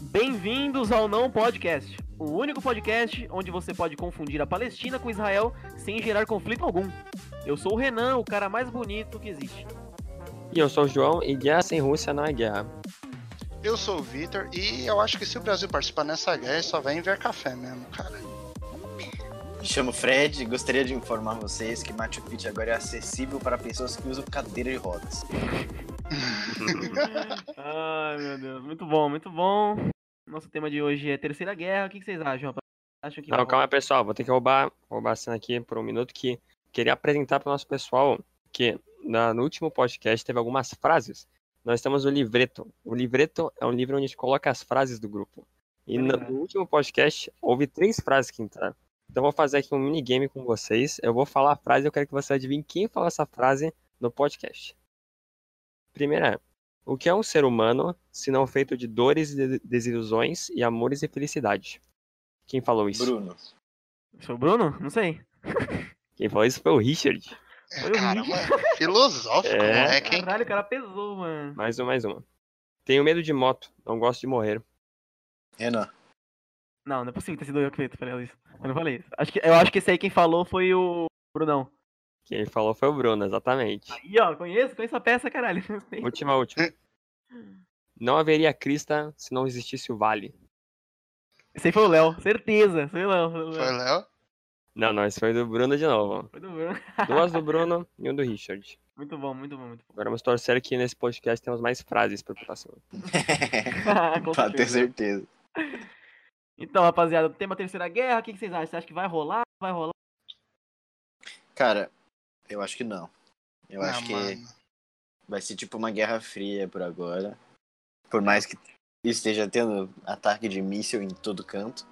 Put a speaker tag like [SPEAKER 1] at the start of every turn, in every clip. [SPEAKER 1] Bem-vindos ao Não Podcast, o único podcast onde você pode confundir a Palestina com Israel sem gerar conflito algum. Eu sou o Renan, o cara mais bonito que existe.
[SPEAKER 2] E eu sou o João, e guerra sem Rússia não é guerra.
[SPEAKER 3] Eu sou o Vitor e eu acho que se o Brasil participar nessa guerra, ele só vai enviar café mesmo, cara.
[SPEAKER 4] Me chamo Fred e gostaria de informar vocês que Machu Picchu agora é acessível para pessoas que usam cadeira de rodas.
[SPEAKER 1] Ai, meu Deus, muito bom, muito bom. Nosso tema de hoje é Terceira Guerra. O que que vocês acham, rapaz? Acham que
[SPEAKER 2] Não, calma aí, pessoal. Vou ter que roubar, roubar a cena aqui por um minuto que queria apresentar para o nosso pessoal que na- no último podcast teve algumas frases. Nós temos o livreto. O livreto é um livro onde a gente coloca as frases do grupo. E no,
[SPEAKER 1] Verdade.
[SPEAKER 2] no último podcast houve três frases que entraram. Então eu vou fazer aqui um minigame com vocês. Eu vou falar a frase e eu quero que você adivinhe quem falou essa frase no podcast. Primeira é, o que é um ser humano se não feito de dores e de- desilusões e amores e felicidade? Quem falou isso?
[SPEAKER 4] Bruno.
[SPEAKER 1] Sou o Bruno? Não sei.
[SPEAKER 2] Quem falou isso foi o Richard.
[SPEAKER 3] É,
[SPEAKER 1] Foi
[SPEAKER 3] Caramba, filosófico,
[SPEAKER 2] É.
[SPEAKER 3] moleque, hein?
[SPEAKER 1] Caralho, o cara pesou, mano.
[SPEAKER 2] Mais uma, mais uma. Tenho medo de moto, não gosto de morrer.
[SPEAKER 4] Renan.
[SPEAKER 1] Não, não é possível ter sido eu que feito, falei isso. Eu não falei isso. Acho que, eu acho que esse aí quem falou foi o Brunão.
[SPEAKER 2] Quem falou foi o Bruno, exatamente.
[SPEAKER 1] Aí, ó, conheço, conheço a peça, caralho.
[SPEAKER 2] Última, última. Não haveria crista se não existisse o vale.
[SPEAKER 1] Esse aí foi o Léo, certeza. Foi o Léo. Foi o Léo.
[SPEAKER 3] Foi, Léo?
[SPEAKER 2] Não, não, esse foi do Bruno de novo.
[SPEAKER 1] Foi do Bruno.
[SPEAKER 2] Duas do Bruno e um do Richard.
[SPEAKER 1] Muito bom, muito bom, muito bom.
[SPEAKER 2] Agora vamos torcer que nesse podcast temos mais frases para próximo.
[SPEAKER 1] Ah, Com
[SPEAKER 4] pra ter
[SPEAKER 1] certeza.
[SPEAKER 4] certeza.
[SPEAKER 1] Então, rapaziada, o tema Terceira Guerra, o que, que vocês acham? Você acha que vai rolar? Vai rolar?
[SPEAKER 4] Cara, eu acho que não. Eu acho
[SPEAKER 3] Ah,
[SPEAKER 4] que é
[SPEAKER 3] mano.
[SPEAKER 4] vai ser tipo uma guerra fria por agora. Por mais que esteja tendo ataque de míssil em todo canto.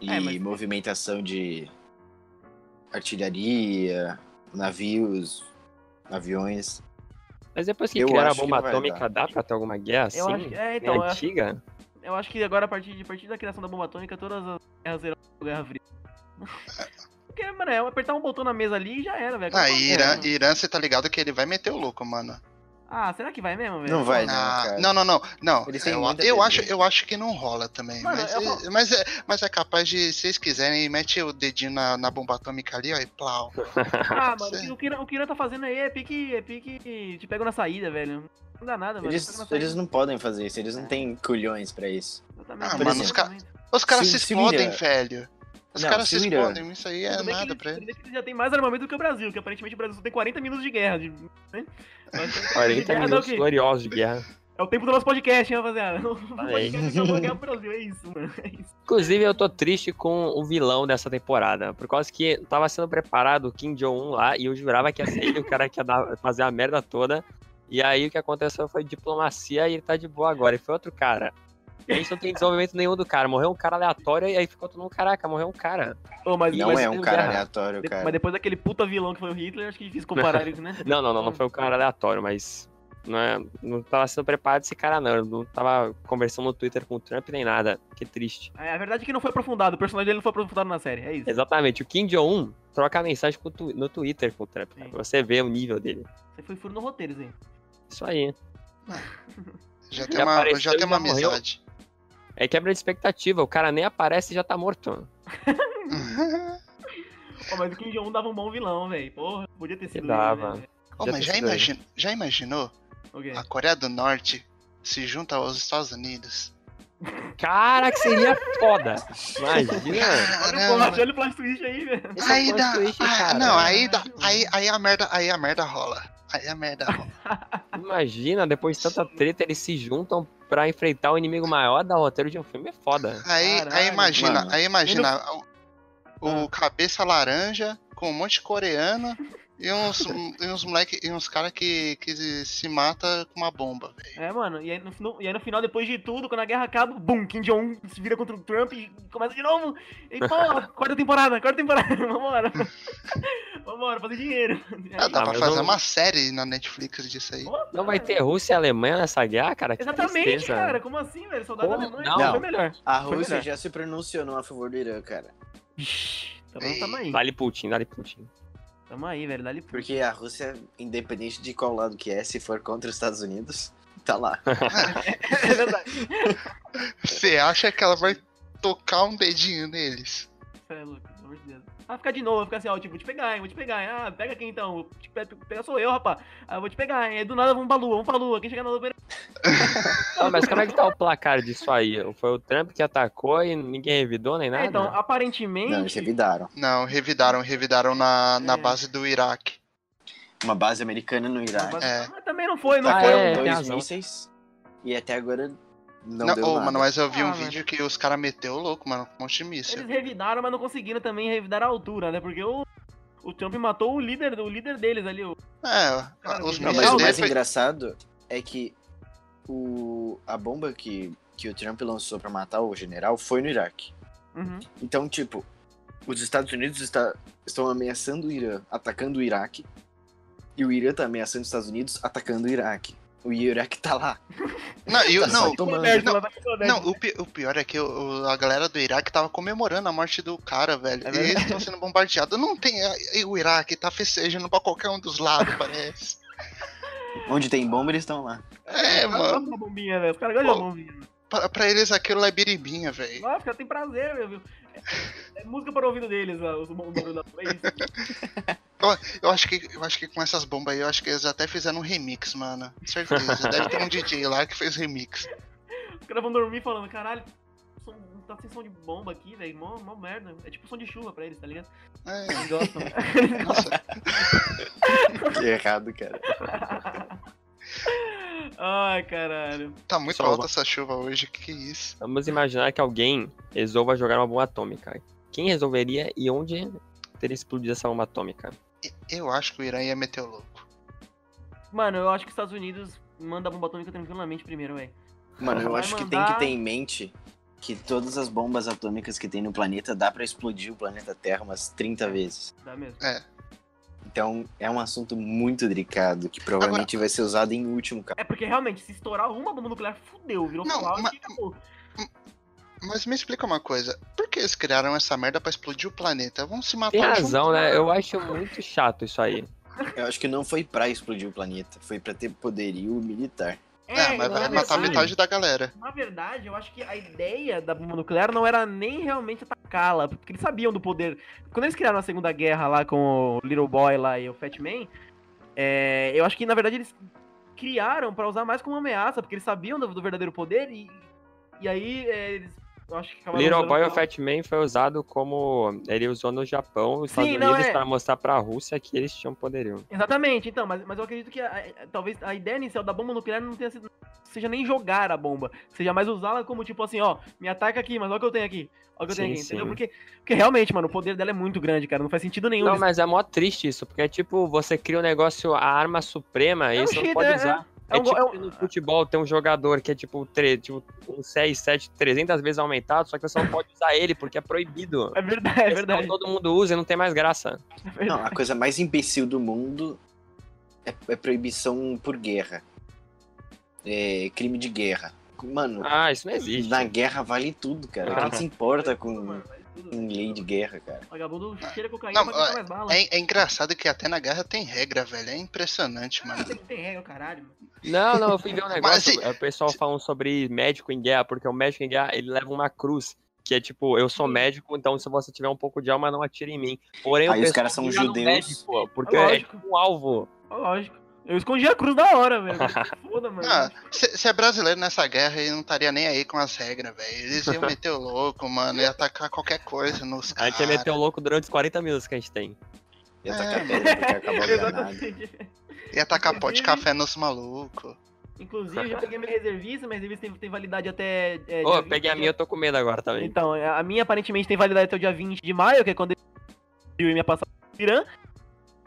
[SPEAKER 4] E
[SPEAKER 1] É, mas-
[SPEAKER 4] movimentação de artilharia, navios, aviões.
[SPEAKER 2] Mas depois que
[SPEAKER 4] Eu
[SPEAKER 2] criaram a
[SPEAKER 4] acho que
[SPEAKER 2] bomba
[SPEAKER 4] não vai
[SPEAKER 2] atômica, dá pra ter alguma guerra assim?
[SPEAKER 1] Eu acho que. É, então,
[SPEAKER 2] Bem
[SPEAKER 1] eu acho,
[SPEAKER 2] antiga?
[SPEAKER 1] eu acho que agora, a partir, de, a partir da criação da bomba atômica, todas as guerras serão guerra fria. Porque, mano, é apertar um botão na mesa ali e já era, velho. assim,
[SPEAKER 3] Ah,
[SPEAKER 1] Acabou a
[SPEAKER 3] Irã,
[SPEAKER 1] guerra.
[SPEAKER 3] Irã, você tá ligado que ele vai meter o louco, mano.
[SPEAKER 1] Ah, será que vai mesmo, velho?
[SPEAKER 4] Não vai, né?
[SPEAKER 3] Ah,
[SPEAKER 4] cara.
[SPEAKER 3] não, não, não, não.
[SPEAKER 4] Eles têm
[SPEAKER 3] Eu,
[SPEAKER 4] muita
[SPEAKER 3] eu acho,
[SPEAKER 4] tendência.
[SPEAKER 3] eu acho que não rola também.
[SPEAKER 1] Mano,
[SPEAKER 3] mas,
[SPEAKER 1] eu
[SPEAKER 3] é-
[SPEAKER 1] falo-
[SPEAKER 3] mas é, mas é capaz de, se vocês quiserem, mete o dedinho na, na bomba atômica ali, ó, e plau.
[SPEAKER 1] Ah, mano, o que- o que, Irã- o que o Irã tá fazendo aí é pique, é pique. Te pega na saída, velho. Não dá nada, mano. te pego na
[SPEAKER 4] Eles,
[SPEAKER 1] saída.
[SPEAKER 4] eles não podem fazer isso, eles não têm culhões pra isso.
[SPEAKER 1] Exatamente,
[SPEAKER 3] Ah,
[SPEAKER 1] por
[SPEAKER 4] mano, os
[SPEAKER 1] exemplo,
[SPEAKER 3] ca- Os caras
[SPEAKER 4] Se-
[SPEAKER 3] se,
[SPEAKER 4] se
[SPEAKER 3] explodem,
[SPEAKER 4] vira.
[SPEAKER 3] velho. Os
[SPEAKER 4] Não,
[SPEAKER 3] caras
[SPEAKER 4] se
[SPEAKER 3] se,
[SPEAKER 4] vira.
[SPEAKER 3] explodem, isso aí é
[SPEAKER 1] Tudo bem que
[SPEAKER 3] nada
[SPEAKER 1] eles-
[SPEAKER 3] pra
[SPEAKER 1] tudo
[SPEAKER 3] ele.
[SPEAKER 1] bem que eles já tem mais armamento do que o Brasil, que aparentemente o Brasil só tem 40 minutos de guerra. De... né? Mas
[SPEAKER 2] 40
[SPEAKER 1] guerra dá o
[SPEAKER 2] tá minutos
[SPEAKER 1] quê?
[SPEAKER 2] gloriosos de guerra.
[SPEAKER 1] É o tempo do nosso podcast, hein, rapaziada? O
[SPEAKER 2] aí.
[SPEAKER 1] podcast acabou a guerra pro Brasil, é isso, mano. É isso.
[SPEAKER 2] Inclusive, eu tô triste com o vilão dessa temporada. Por causa que tava sendo preparado o Kim Jong-un lá e eu jurava que ia ser ele o cara que ia dar- fazer a merda toda. E aí o que aconteceu foi diplomacia e ele tá de boa agora. E foi outro cara. E a gente não tem desenvolvimento nenhum do cara. Morreu um cara aleatório e aí ficou todo mundo, caraca, morreu um cara.
[SPEAKER 1] Ô, mas,
[SPEAKER 4] Não
[SPEAKER 1] mas-
[SPEAKER 4] é um
[SPEAKER 2] tem
[SPEAKER 4] cara
[SPEAKER 2] guerra.
[SPEAKER 4] aleatório,
[SPEAKER 1] de-
[SPEAKER 4] cara.
[SPEAKER 1] mas depois daquele puta vilão que foi o Hitler, acho que é difícil comparar isso, né?
[SPEAKER 2] Não, não, não, não foi um cara aleatório, mas não, é, não tava sendo preparado esse cara, não. Eu não tava conversando no Twitter com o Trump nem nada. Que triste.
[SPEAKER 1] É, a verdade é que não foi aprofundado, o personagem dele não foi aprofundado na série, é isso.
[SPEAKER 2] Exatamente. O Kim Jong-un troca mensagem com o tu- no Twitter com o Trump.
[SPEAKER 1] Sim.
[SPEAKER 2] Pra você ver o nível dele.
[SPEAKER 1] Você foi furo no roteiro, Zé.
[SPEAKER 2] Isso aí.
[SPEAKER 3] Já tem
[SPEAKER 2] Já
[SPEAKER 3] uma,
[SPEAKER 2] apareceu
[SPEAKER 3] já
[SPEAKER 2] e
[SPEAKER 3] tem uma
[SPEAKER 2] já morreu.
[SPEAKER 3] amizade.
[SPEAKER 2] É quebra de expectativa. O cara nem aparece e já tá morto.
[SPEAKER 1] Ô, mas o Kim Jong-un dava um bom vilão, velho. Porra, podia ter sido. ele,
[SPEAKER 2] dava.
[SPEAKER 1] né?
[SPEAKER 3] Ô,
[SPEAKER 2] Já
[SPEAKER 3] mas
[SPEAKER 2] tem
[SPEAKER 3] já,
[SPEAKER 2] isso daí.
[SPEAKER 3] imagin- já imaginou
[SPEAKER 1] O
[SPEAKER 4] Ah,
[SPEAKER 1] quê?
[SPEAKER 3] a Coreia do Norte se junta aos Estados Unidos?
[SPEAKER 2] Cara, que seria foda.
[SPEAKER 1] Olha
[SPEAKER 2] Imagina.
[SPEAKER 1] o
[SPEAKER 3] Caramba.
[SPEAKER 1] plot, olha o plot twist aí, velho.
[SPEAKER 2] Esse é o
[SPEAKER 3] Aí
[SPEAKER 2] plot
[SPEAKER 3] dá.
[SPEAKER 2] twist,
[SPEAKER 3] ah,
[SPEAKER 2] cara.
[SPEAKER 3] não, aí dá. Aí, aí a merda, aí a merda rola. Aí a merda rola.
[SPEAKER 2] Imagina, depois de tanta treta, eles se juntam pra enfrentar o inimigo maior da roteiro de um filme. É foda.
[SPEAKER 3] Aí,
[SPEAKER 1] Caralho,
[SPEAKER 3] aí imagina,
[SPEAKER 4] mano.
[SPEAKER 3] aí imagina o, o cabeça laranja com um monte de coreano e uns, um, e uns moleque e uns cara que, que se- se mata com uma bomba, velho.
[SPEAKER 1] É, mano, e aí, no, no- e aí no final, depois de tudo, quando a guerra acaba, bum, Kim Jong-un se vira contra o Trump e começa de novo. E porra, quarta temporada, quarta temporada, vambora. vambora, fazer dinheiro.
[SPEAKER 3] Ah, dá
[SPEAKER 2] Ah,
[SPEAKER 3] pra
[SPEAKER 2] mas
[SPEAKER 3] fazer
[SPEAKER 2] não-
[SPEAKER 3] uma série na Netflix disso aí.
[SPEAKER 1] Nossa,
[SPEAKER 2] Não vai ter Rússia e Alemanha nessa guerra, cara? Que
[SPEAKER 1] Exatamente,
[SPEAKER 2] tristeza.
[SPEAKER 1] cara, como assim, velho? Soldado
[SPEAKER 2] Como?
[SPEAKER 1] alemão
[SPEAKER 2] Não.
[SPEAKER 1] não. foi melhor.
[SPEAKER 4] A
[SPEAKER 1] Foi
[SPEAKER 4] Rússia
[SPEAKER 1] melhor.
[SPEAKER 4] já se pronunciou a favor do Irã, cara.
[SPEAKER 1] Ixi, Tamo, tamo aí,
[SPEAKER 2] Dá-lhe Putin, dá-lhe Putin.
[SPEAKER 1] tamo aí, velho, dá-lhe
[SPEAKER 4] Porque a Rússia, independente de qual lado que é, se for contra os Estados Unidos, tá lá.
[SPEAKER 1] É verdade.
[SPEAKER 3] Você acha que ela vai tocar um dedinho neles?
[SPEAKER 1] Isso é louco, pelo amor de Deus. Ah, ficar de novo, ficar assim, ó, tipo, vou te pegar, hein, vou te pegar, hein. Ah, pega aqui então, vou te pe- pegar sou eu, rapá. Ah, vou te pegar, hein. Aí do nada vamos pra lua, vamos pra lua, quem chegar na lua primeiro-
[SPEAKER 2] Ah, mas como é que tá o placar disso aí? Foi o Trump que atacou e ninguém revidou nem
[SPEAKER 1] É,
[SPEAKER 2] nada?
[SPEAKER 1] então,
[SPEAKER 4] Não, é eles
[SPEAKER 1] aparentemente,
[SPEAKER 4] revidaram.
[SPEAKER 3] Não, revidaram, revidaram na, na
[SPEAKER 1] É.
[SPEAKER 3] base do Iraque.
[SPEAKER 4] Uma base americana no
[SPEAKER 1] Ah,
[SPEAKER 4] Iraque.
[SPEAKER 1] mas-
[SPEAKER 3] É.
[SPEAKER 1] mas também não foi, não
[SPEAKER 2] Ah,
[SPEAKER 1] foi. um
[SPEAKER 2] é,
[SPEAKER 4] Foram
[SPEAKER 2] tem
[SPEAKER 4] dois
[SPEAKER 2] razão.
[SPEAKER 4] mísseis e até agora não,
[SPEAKER 3] Não,
[SPEAKER 4] deu
[SPEAKER 3] ô,
[SPEAKER 4] nada.
[SPEAKER 3] mano, mas eu vi um
[SPEAKER 1] Ah,
[SPEAKER 3] vídeo que os caras meteu o louco, mano, com um monte de míssil.
[SPEAKER 1] Eles revidaram, mas não conseguiram também revidar a altura, né? Porque o, o Trump matou o líder, o líder deles ali, o
[SPEAKER 3] É,
[SPEAKER 1] Cara,
[SPEAKER 3] os
[SPEAKER 4] Não,
[SPEAKER 1] Não,
[SPEAKER 3] mísseis
[SPEAKER 4] mas
[SPEAKER 1] mas
[SPEAKER 4] o
[SPEAKER 3] dele
[SPEAKER 4] mais
[SPEAKER 3] foi...
[SPEAKER 4] engraçado é que o, a bomba que, que o Trump lançou pra matar o general foi no Iraque.
[SPEAKER 1] Uhum.
[SPEAKER 4] Então, tipo, os Estados Unidos está- estão ameaçando o Irã, atacando o Iraque. E o Irã tá ameaçando os Estados Unidos, atacando o Iraque. O Iraque tá lá.
[SPEAKER 3] Não, e o-
[SPEAKER 4] Tá só
[SPEAKER 3] não,
[SPEAKER 4] tomando.
[SPEAKER 1] Nerd,
[SPEAKER 3] não,
[SPEAKER 1] ela vai ser o nerd.
[SPEAKER 3] Não, o, pi- o pior é que o- o- a galera do Iraque tava comemorando a morte do cara, velho.
[SPEAKER 1] É
[SPEAKER 3] e eles estão sendo bombardeados. Não tem. e O Iraque tá festejando pra qualquer um dos lados, parece.
[SPEAKER 4] Onde tem bomba, eles estão lá.
[SPEAKER 3] É,
[SPEAKER 1] Os caras
[SPEAKER 3] mano.
[SPEAKER 1] gostam da bombinha, velho. Os caras gostam da
[SPEAKER 3] Pô.
[SPEAKER 1] bombinha.
[SPEAKER 3] Pra, pra eles aquilo é biribinha, velho.
[SPEAKER 1] Nossa, os caras têm prazer, meu. viu? É, é música para o ouvido deles, ó, os bombeiros da é isso.
[SPEAKER 3] Eu acho que eu acho que com essas bombas aí, eu acho que eles até fizeram um remix, mano. Certeza. Deve ter um DJ lá que fez remix.
[SPEAKER 1] Os caras vão dormir falando, caralho, som, tá sem som de bomba aqui, velho. Mó, mó merda. É tipo som de chuva pra eles, tá ligado?
[SPEAKER 3] É,
[SPEAKER 1] Eles gostam.
[SPEAKER 3] nossa.
[SPEAKER 4] Que errado, cara.
[SPEAKER 1] Ai, caralho.
[SPEAKER 3] Tá muito
[SPEAKER 2] Salva.
[SPEAKER 3] alta essa chuva hoje. Que que é isso?
[SPEAKER 2] Vamos imaginar que alguém resolva jogar uma bomba atômica. Quem resolveria e onde teria explodido essa bomba atômica?
[SPEAKER 3] E- Eu acho que o Irã ia meter o louco.
[SPEAKER 1] Mano, eu acho que os Estados Unidos manda a bomba atômica tranquilamente primeiro, velho.
[SPEAKER 4] Mano, eu
[SPEAKER 1] Vai
[SPEAKER 4] acho que tem
[SPEAKER 1] mandar-
[SPEAKER 4] que ter em mente que todas as bombas atômicas que tem no planeta dá pra explodir o planeta Terra umas 30 vezes.
[SPEAKER 1] Dá mesmo.
[SPEAKER 4] Então é um assunto muito delicado que provavelmente vai ser usado em último caso.
[SPEAKER 1] É porque realmente, se estourar uma bomba nuclear, fudeu, virou
[SPEAKER 3] Não,
[SPEAKER 1] Fallout
[SPEAKER 3] mas-
[SPEAKER 1] e acabou.
[SPEAKER 3] Mas me explica uma coisa, por que eles criaram essa merda pra explodir o planeta? Vão se matar
[SPEAKER 2] Tem
[SPEAKER 3] junto?
[SPEAKER 2] razão, né? Eu acho muito chato isso aí.
[SPEAKER 4] Eu acho que não foi pra explodir o planeta, foi pra ter poderio militar.
[SPEAKER 2] né?
[SPEAKER 3] É,
[SPEAKER 1] na
[SPEAKER 3] mas vai matar
[SPEAKER 1] verdade-
[SPEAKER 3] metade da galera.
[SPEAKER 1] Na verdade, eu acho que a ideia da bomba nuclear não era nem realmente atacá-la, porque eles sabiam do poder. Quando eles criaram a Segunda Guerra lá com o Little Boy lá e o Fat Man, é, eu acho que na verdade eles criaram pra usar mais como uma ameaça, porque eles sabiam do, do verdadeiro poder e, e aí é, eles. Eu acho que acabaram
[SPEAKER 2] Little
[SPEAKER 1] usando
[SPEAKER 2] Boy
[SPEAKER 1] pra-
[SPEAKER 2] of Fat Man foi usado como. Ele usou no Japão, os
[SPEAKER 1] Sim,
[SPEAKER 2] Estados
[SPEAKER 1] não,
[SPEAKER 2] Unidos,
[SPEAKER 1] é.
[SPEAKER 2] para mostrar pra Rússia que eles tinham poderio.
[SPEAKER 1] Exatamente, então, mas, mas eu acredito que a- a- talvez a ideia inicial da bomba nuclear não tenha sido. Seja nem jogar a bomba, seja mais usá-la como tipo assim, ó, me ataca aqui, mas olha o que eu tenho aqui. Olha o que eu tenho aqui,
[SPEAKER 2] Sim,
[SPEAKER 1] entendeu?
[SPEAKER 2] sim.
[SPEAKER 1] Porque, porque realmente, mano, o poder dela é muito grande, cara. Não faz sentido nenhum.
[SPEAKER 2] Não,
[SPEAKER 1] eles-
[SPEAKER 2] mas é mó triste isso, porque é tipo, você cria um negócio, a arma suprema, e
[SPEAKER 1] um
[SPEAKER 2] você não
[SPEAKER 1] cheat,
[SPEAKER 2] pode
[SPEAKER 1] é-
[SPEAKER 2] usar.
[SPEAKER 1] é
[SPEAKER 2] É,
[SPEAKER 1] um go-
[SPEAKER 2] tipo
[SPEAKER 1] é um-
[SPEAKER 2] no futebol tem um jogador que é tipo, tre- tipo um 6, 7, 300 vezes aumentado, só que você não pode usar ele porque é proibido.
[SPEAKER 1] É verdade, é
[SPEAKER 2] Esse um
[SPEAKER 1] verdade. é
[SPEAKER 2] não todo mundo usa e não tem mais graça.
[SPEAKER 4] Não, a coisa mais imbecil do mundo é, é proibição por guerra. É crime de guerra. Mano,
[SPEAKER 2] Ah, isso não existe.
[SPEAKER 4] na guerra vale tudo, cara.
[SPEAKER 1] Ah.
[SPEAKER 4] Quem se importa tá com,
[SPEAKER 1] Mano, mas tudo
[SPEAKER 4] com
[SPEAKER 1] bem.
[SPEAKER 4] lei de guerra, cara?
[SPEAKER 1] Vagabundo cheira cocaína
[SPEAKER 3] Não,
[SPEAKER 1] pra comprar mais bala.
[SPEAKER 3] É, é engraçado que até na guerra tem regra, velho. É impressionante, mano.
[SPEAKER 1] Tem, tem regra, caralho. mano.
[SPEAKER 2] Não, não, eu fui ver um negócio.
[SPEAKER 4] assim,
[SPEAKER 3] se-
[SPEAKER 2] é, O pessoal falando sobre médico em guerra, porque o médico em guerra ele leva uma cruz. Que é tipo, eu
[SPEAKER 4] Uhum.
[SPEAKER 2] sou médico, então se você tiver um pouco de alma, não atire em mim. Porém, o
[SPEAKER 4] Aí os
[SPEAKER 2] pessoal
[SPEAKER 4] caras são
[SPEAKER 2] vira no
[SPEAKER 4] judeus.
[SPEAKER 2] médico, porque é
[SPEAKER 1] Lógico.
[SPEAKER 2] tipo um alvo.
[SPEAKER 1] Ó, Lógico. Eu escondi a cruz da hora, velho. Foda, mano.
[SPEAKER 3] Ah, se, se é brasileiro nessa guerra, ele não estaria nem aí com as regras, velho. Eles iam meter o louco, mano. Ia atacar qualquer coisa nos
[SPEAKER 2] A
[SPEAKER 3] caras.
[SPEAKER 4] Ah.
[SPEAKER 2] gente ia meter o louco durante os 40 minutos que a gente tem.
[SPEAKER 4] Ia
[SPEAKER 3] É,
[SPEAKER 4] tacar
[SPEAKER 3] mano.
[SPEAKER 4] pedra porque acabou a granada.
[SPEAKER 1] Exatamente.
[SPEAKER 3] Ia atacar pó de café nos malucos.
[SPEAKER 1] Inclusive, eu já peguei minha reservista, minha reservista tem, tem validade até. É, dia
[SPEAKER 2] Ô, eu
[SPEAKER 1] 20
[SPEAKER 2] peguei a
[SPEAKER 1] de-
[SPEAKER 2] minha, eu tô com medo agora também.
[SPEAKER 1] Então, a minha aparentemente tem validade até o dia 20 de maio, que é quando eu e minha passagem pro Irã.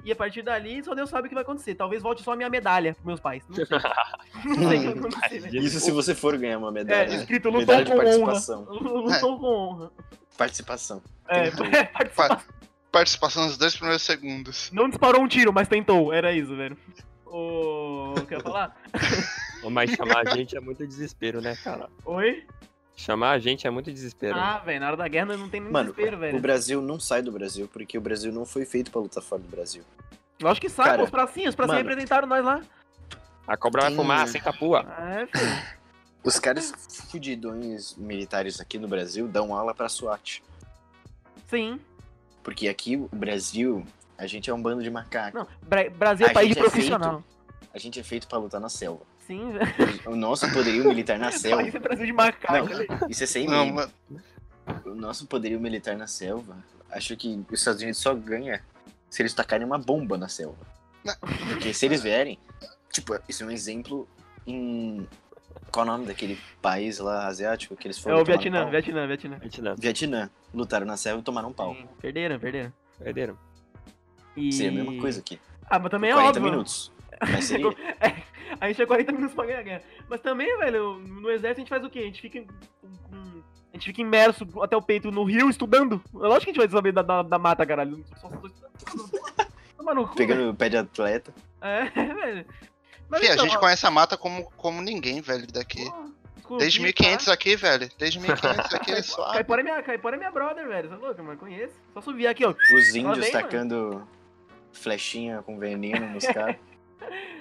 [SPEAKER 1] E a partir dali, só Deus sabe o que vai acontecer. Talvez volte só a minha medalha pros meus pais. Não sei. Não sei o que vai acontecer, né?
[SPEAKER 4] Isso se você for ganhar uma
[SPEAKER 1] É,
[SPEAKER 4] medalha.
[SPEAKER 1] escrito lutou
[SPEAKER 4] medalha de
[SPEAKER 1] com honra.
[SPEAKER 4] participação.
[SPEAKER 1] Lutou com honra.
[SPEAKER 4] Participação.
[SPEAKER 1] É,
[SPEAKER 4] Tentou.
[SPEAKER 1] participa-
[SPEAKER 3] Participação nos dois primeiros segundos.
[SPEAKER 1] Não disparou um tiro, mas tentou. Era isso, velho. Ô. Quer falar? Então.
[SPEAKER 2] Mas chamar a gente é muito desespero, né, cara?
[SPEAKER 1] Oi?
[SPEAKER 2] Chamar a gente é muito desespero.
[SPEAKER 1] Ah, velho, na hora da guerra não tem nem
[SPEAKER 4] Mano,
[SPEAKER 1] desespero,
[SPEAKER 4] o
[SPEAKER 1] velho.
[SPEAKER 4] Brasil não sai do Brasil, porque o Brasil não foi feito pra lutar fora do Brasil.
[SPEAKER 1] Lógico que sabe,
[SPEAKER 4] Cara,
[SPEAKER 1] os pracinhos, os pracinhos
[SPEAKER 4] mano.
[SPEAKER 1] representaram nós lá.
[SPEAKER 2] A cobra vai
[SPEAKER 4] Tem-
[SPEAKER 2] fumar, sem capua.
[SPEAKER 1] É, filho.
[SPEAKER 4] Os caras fudidões militares aqui no Brasil dão aula pra SWAT.
[SPEAKER 1] Sim.
[SPEAKER 4] Porque aqui, o Brasil, a gente é um bando de macacos.
[SPEAKER 1] Não, Bra- Brasil é
[SPEAKER 4] A
[SPEAKER 1] país de
[SPEAKER 4] gente é
[SPEAKER 1] profissional.
[SPEAKER 4] A gente é feito pra lutar na selva.
[SPEAKER 1] Sim, velho.
[SPEAKER 4] O nosso poderio militar na selva.
[SPEAKER 1] País é Brasil de macaco.
[SPEAKER 4] Não, isso é sem
[SPEAKER 3] Não,
[SPEAKER 4] meme.
[SPEAKER 3] mas-
[SPEAKER 4] O nosso poderio militar na selva, acho que os Estados Unidos só ganha se eles tacarem uma bomba na selva.
[SPEAKER 3] Não.
[SPEAKER 4] Porque se eles vierem, tipo, isso é um exemplo em qual é o nome daquele país lá asiático que eles
[SPEAKER 1] É
[SPEAKER 4] foram
[SPEAKER 1] o
[SPEAKER 4] tomar no
[SPEAKER 1] Vietnã,
[SPEAKER 4] pau?
[SPEAKER 1] Vietnã, Vietnã.
[SPEAKER 2] Vietnã,
[SPEAKER 4] Vietnã. Lutaram na selva e tomaram um pau.
[SPEAKER 1] Sim, Perderam, perderam.
[SPEAKER 2] perderam.
[SPEAKER 1] E...
[SPEAKER 4] Seria é a mesma coisa aqui.
[SPEAKER 1] Ah, mas também é
[SPEAKER 4] 40
[SPEAKER 1] óbvio.
[SPEAKER 4] minutos. Mas seria...
[SPEAKER 1] A gente é 40 minutos pra ganhar a guerra. Mas também, velho, no exército a gente faz o quê? A gente fica. em- em- em- A gente fica imerso até o peito no rio estudando. É Lógico que a gente vai saber da, da, da mata, caralho. Só- só- só- Toma no cu. velho.
[SPEAKER 4] Pegando o pé de atleta.
[SPEAKER 1] É, velho.
[SPEAKER 3] Fih, a
[SPEAKER 1] então,
[SPEAKER 3] gente
[SPEAKER 1] ó,
[SPEAKER 3] conhece a mata como, como ninguém, velho, daqui.
[SPEAKER 1] porra, desculpa,
[SPEAKER 3] Desde
[SPEAKER 1] tá?
[SPEAKER 3] 1500 aqui, velho. Desde 1500 aqui é suave.
[SPEAKER 1] Caipora é minha, Caipora é minha brother, velho. Você é louco, mano? Conheço. Só subir aqui, ó.
[SPEAKER 4] Os índios
[SPEAKER 1] bem, mano.
[SPEAKER 4] tacando flechinha com veneno nos caras.